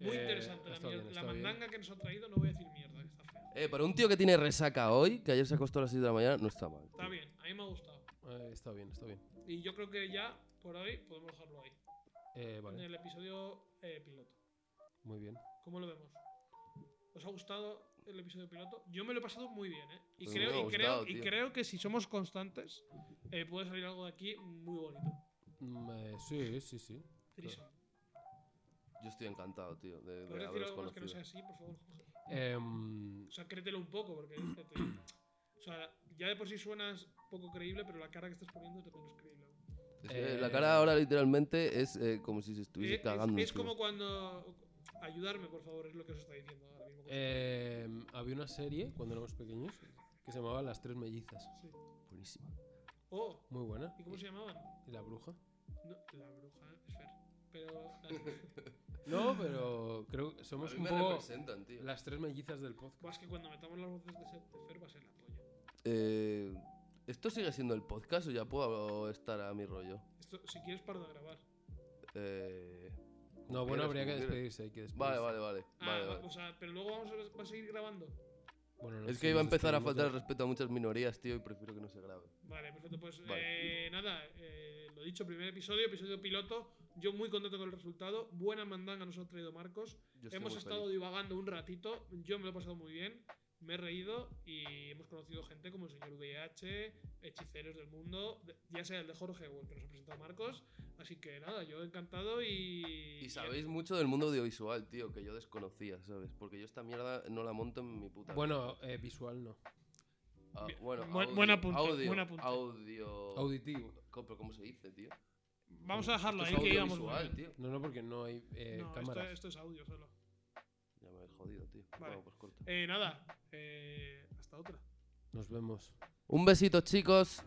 Muy
Eh,
interesante la,
está
mierda-
bien,
la
está bien.
mandanga que nos ha traído, no voy a decir mierda, que está fea.
Eh, para un tío que tiene resaca hoy, que ayer se acostó a las 6 de la mañana, no está mal.
Está
tío.
bien, a mí me ha gustado.
Eh, está bien, está bien.
Y yo creo que ya, por hoy, podemos dejarlo ahí.
Eh,
En
vale,
el episodio eh, piloto.
muy bien.
¿Cómo lo vemos? ¿Os ha gustado el episodio piloto? Yo me lo he pasado muy bien, ¿eh? Y,
A
creo,
mí Pues me ha
y, creo,
gustado,
y
tío.
creo que si somos constantes, eh, puede salir algo de aquí muy bonito.
Mm, eh, sí, sí, sí.
Trison.
Yo estoy encantado, tío, de, de
¿Puedes decir
haberos
algo más que no sea
conocido.
así, por favor? Jorge?
Em,
O sea, créetelo un poco, porque. ya te- o sea, ya de por sí suenas poco creíble, pero la cara que estás poniendo te menos creíble. aún.
Es que
Eh,
la cara ahora literalmente es eh, como si se estuviese
Eh, es-
cagando.
es,
tío.
como cuando. Ayudarme, por favor, es lo que os está diciendo ahora mismo.
Eh.
em, había una serie cuando éramos pequeños que se llamaba Las Tres Mellizas.
Sí.
Buenísimo.
Oh,
Muy buena.
¿y cómo se llamaban?
¿Y la bruja?
No, la bruja, es Fer. Pero.
No, pero creo que somos
A mí
un
me
poco
representan, tío.
las tres mellizas del podcast.
Pues que cuando metamos las voces de Seth de Fer va a ser la polla.
Eh, ¿Esto sigue siendo el podcast o ya puedo estar a mi rollo?
Esto, si quieres, paro de grabar.
Eh,
No, bueno,
quieras,
habría que
como quieras.
despedirse, hay que despedirse.
Vale, vale, vale.
Ah,
vale,
va-
vale.
o sea, pero luego vamos a, va a seguir grabando.
Bueno, no
Es
sé,
que iba a
nos
empezar a
despedimos
faltar el
de-
respeto a muchas minorías, tío, y prefiero que no se grabe.
Vale, perfecto. Pues
Vale.
eh, nada, eh, lo dicho, primer episodio, episodio piloto. Yo muy contento con el resultado. Buena mandanga nos ha traído Marcos.
Yo estoy
Hemos
muy
estado
feliz.
divagando un ratito. Yo me lo he pasado muy bien. Me he reído y hemos conocido gente como el señor VH, hechiceros del mundo, de- ya sea el de Jorge o el que nos ha presentado Marcos. Así que nada, yo encantado y.
Y sabéis mucho del mundo audiovisual, tío, que yo desconocía, ¿sabes? Porque yo esta mierda no la monto en mi puta.
Bueno, eh, visual no.
vida. Ah, bueno,
Buen-
audio,
buen apunte,
Audio,
buen apunte.
audio.
Auditivo.
Co- pero ¿Cómo se dice, tío?
Vamos a dejarlo ahí
Esto es
que íbamos. muy
audiovisual,
bien.
tío.
No, no, porque no hay eh,
No, esto,
cámaras.
esto es audio solo.
Ya me habéis jodido, tío.
Vale.
Bueno, pues corta.
Eh, nada, eh, hasta otra.
Nos vemos.
Un besito, chicos.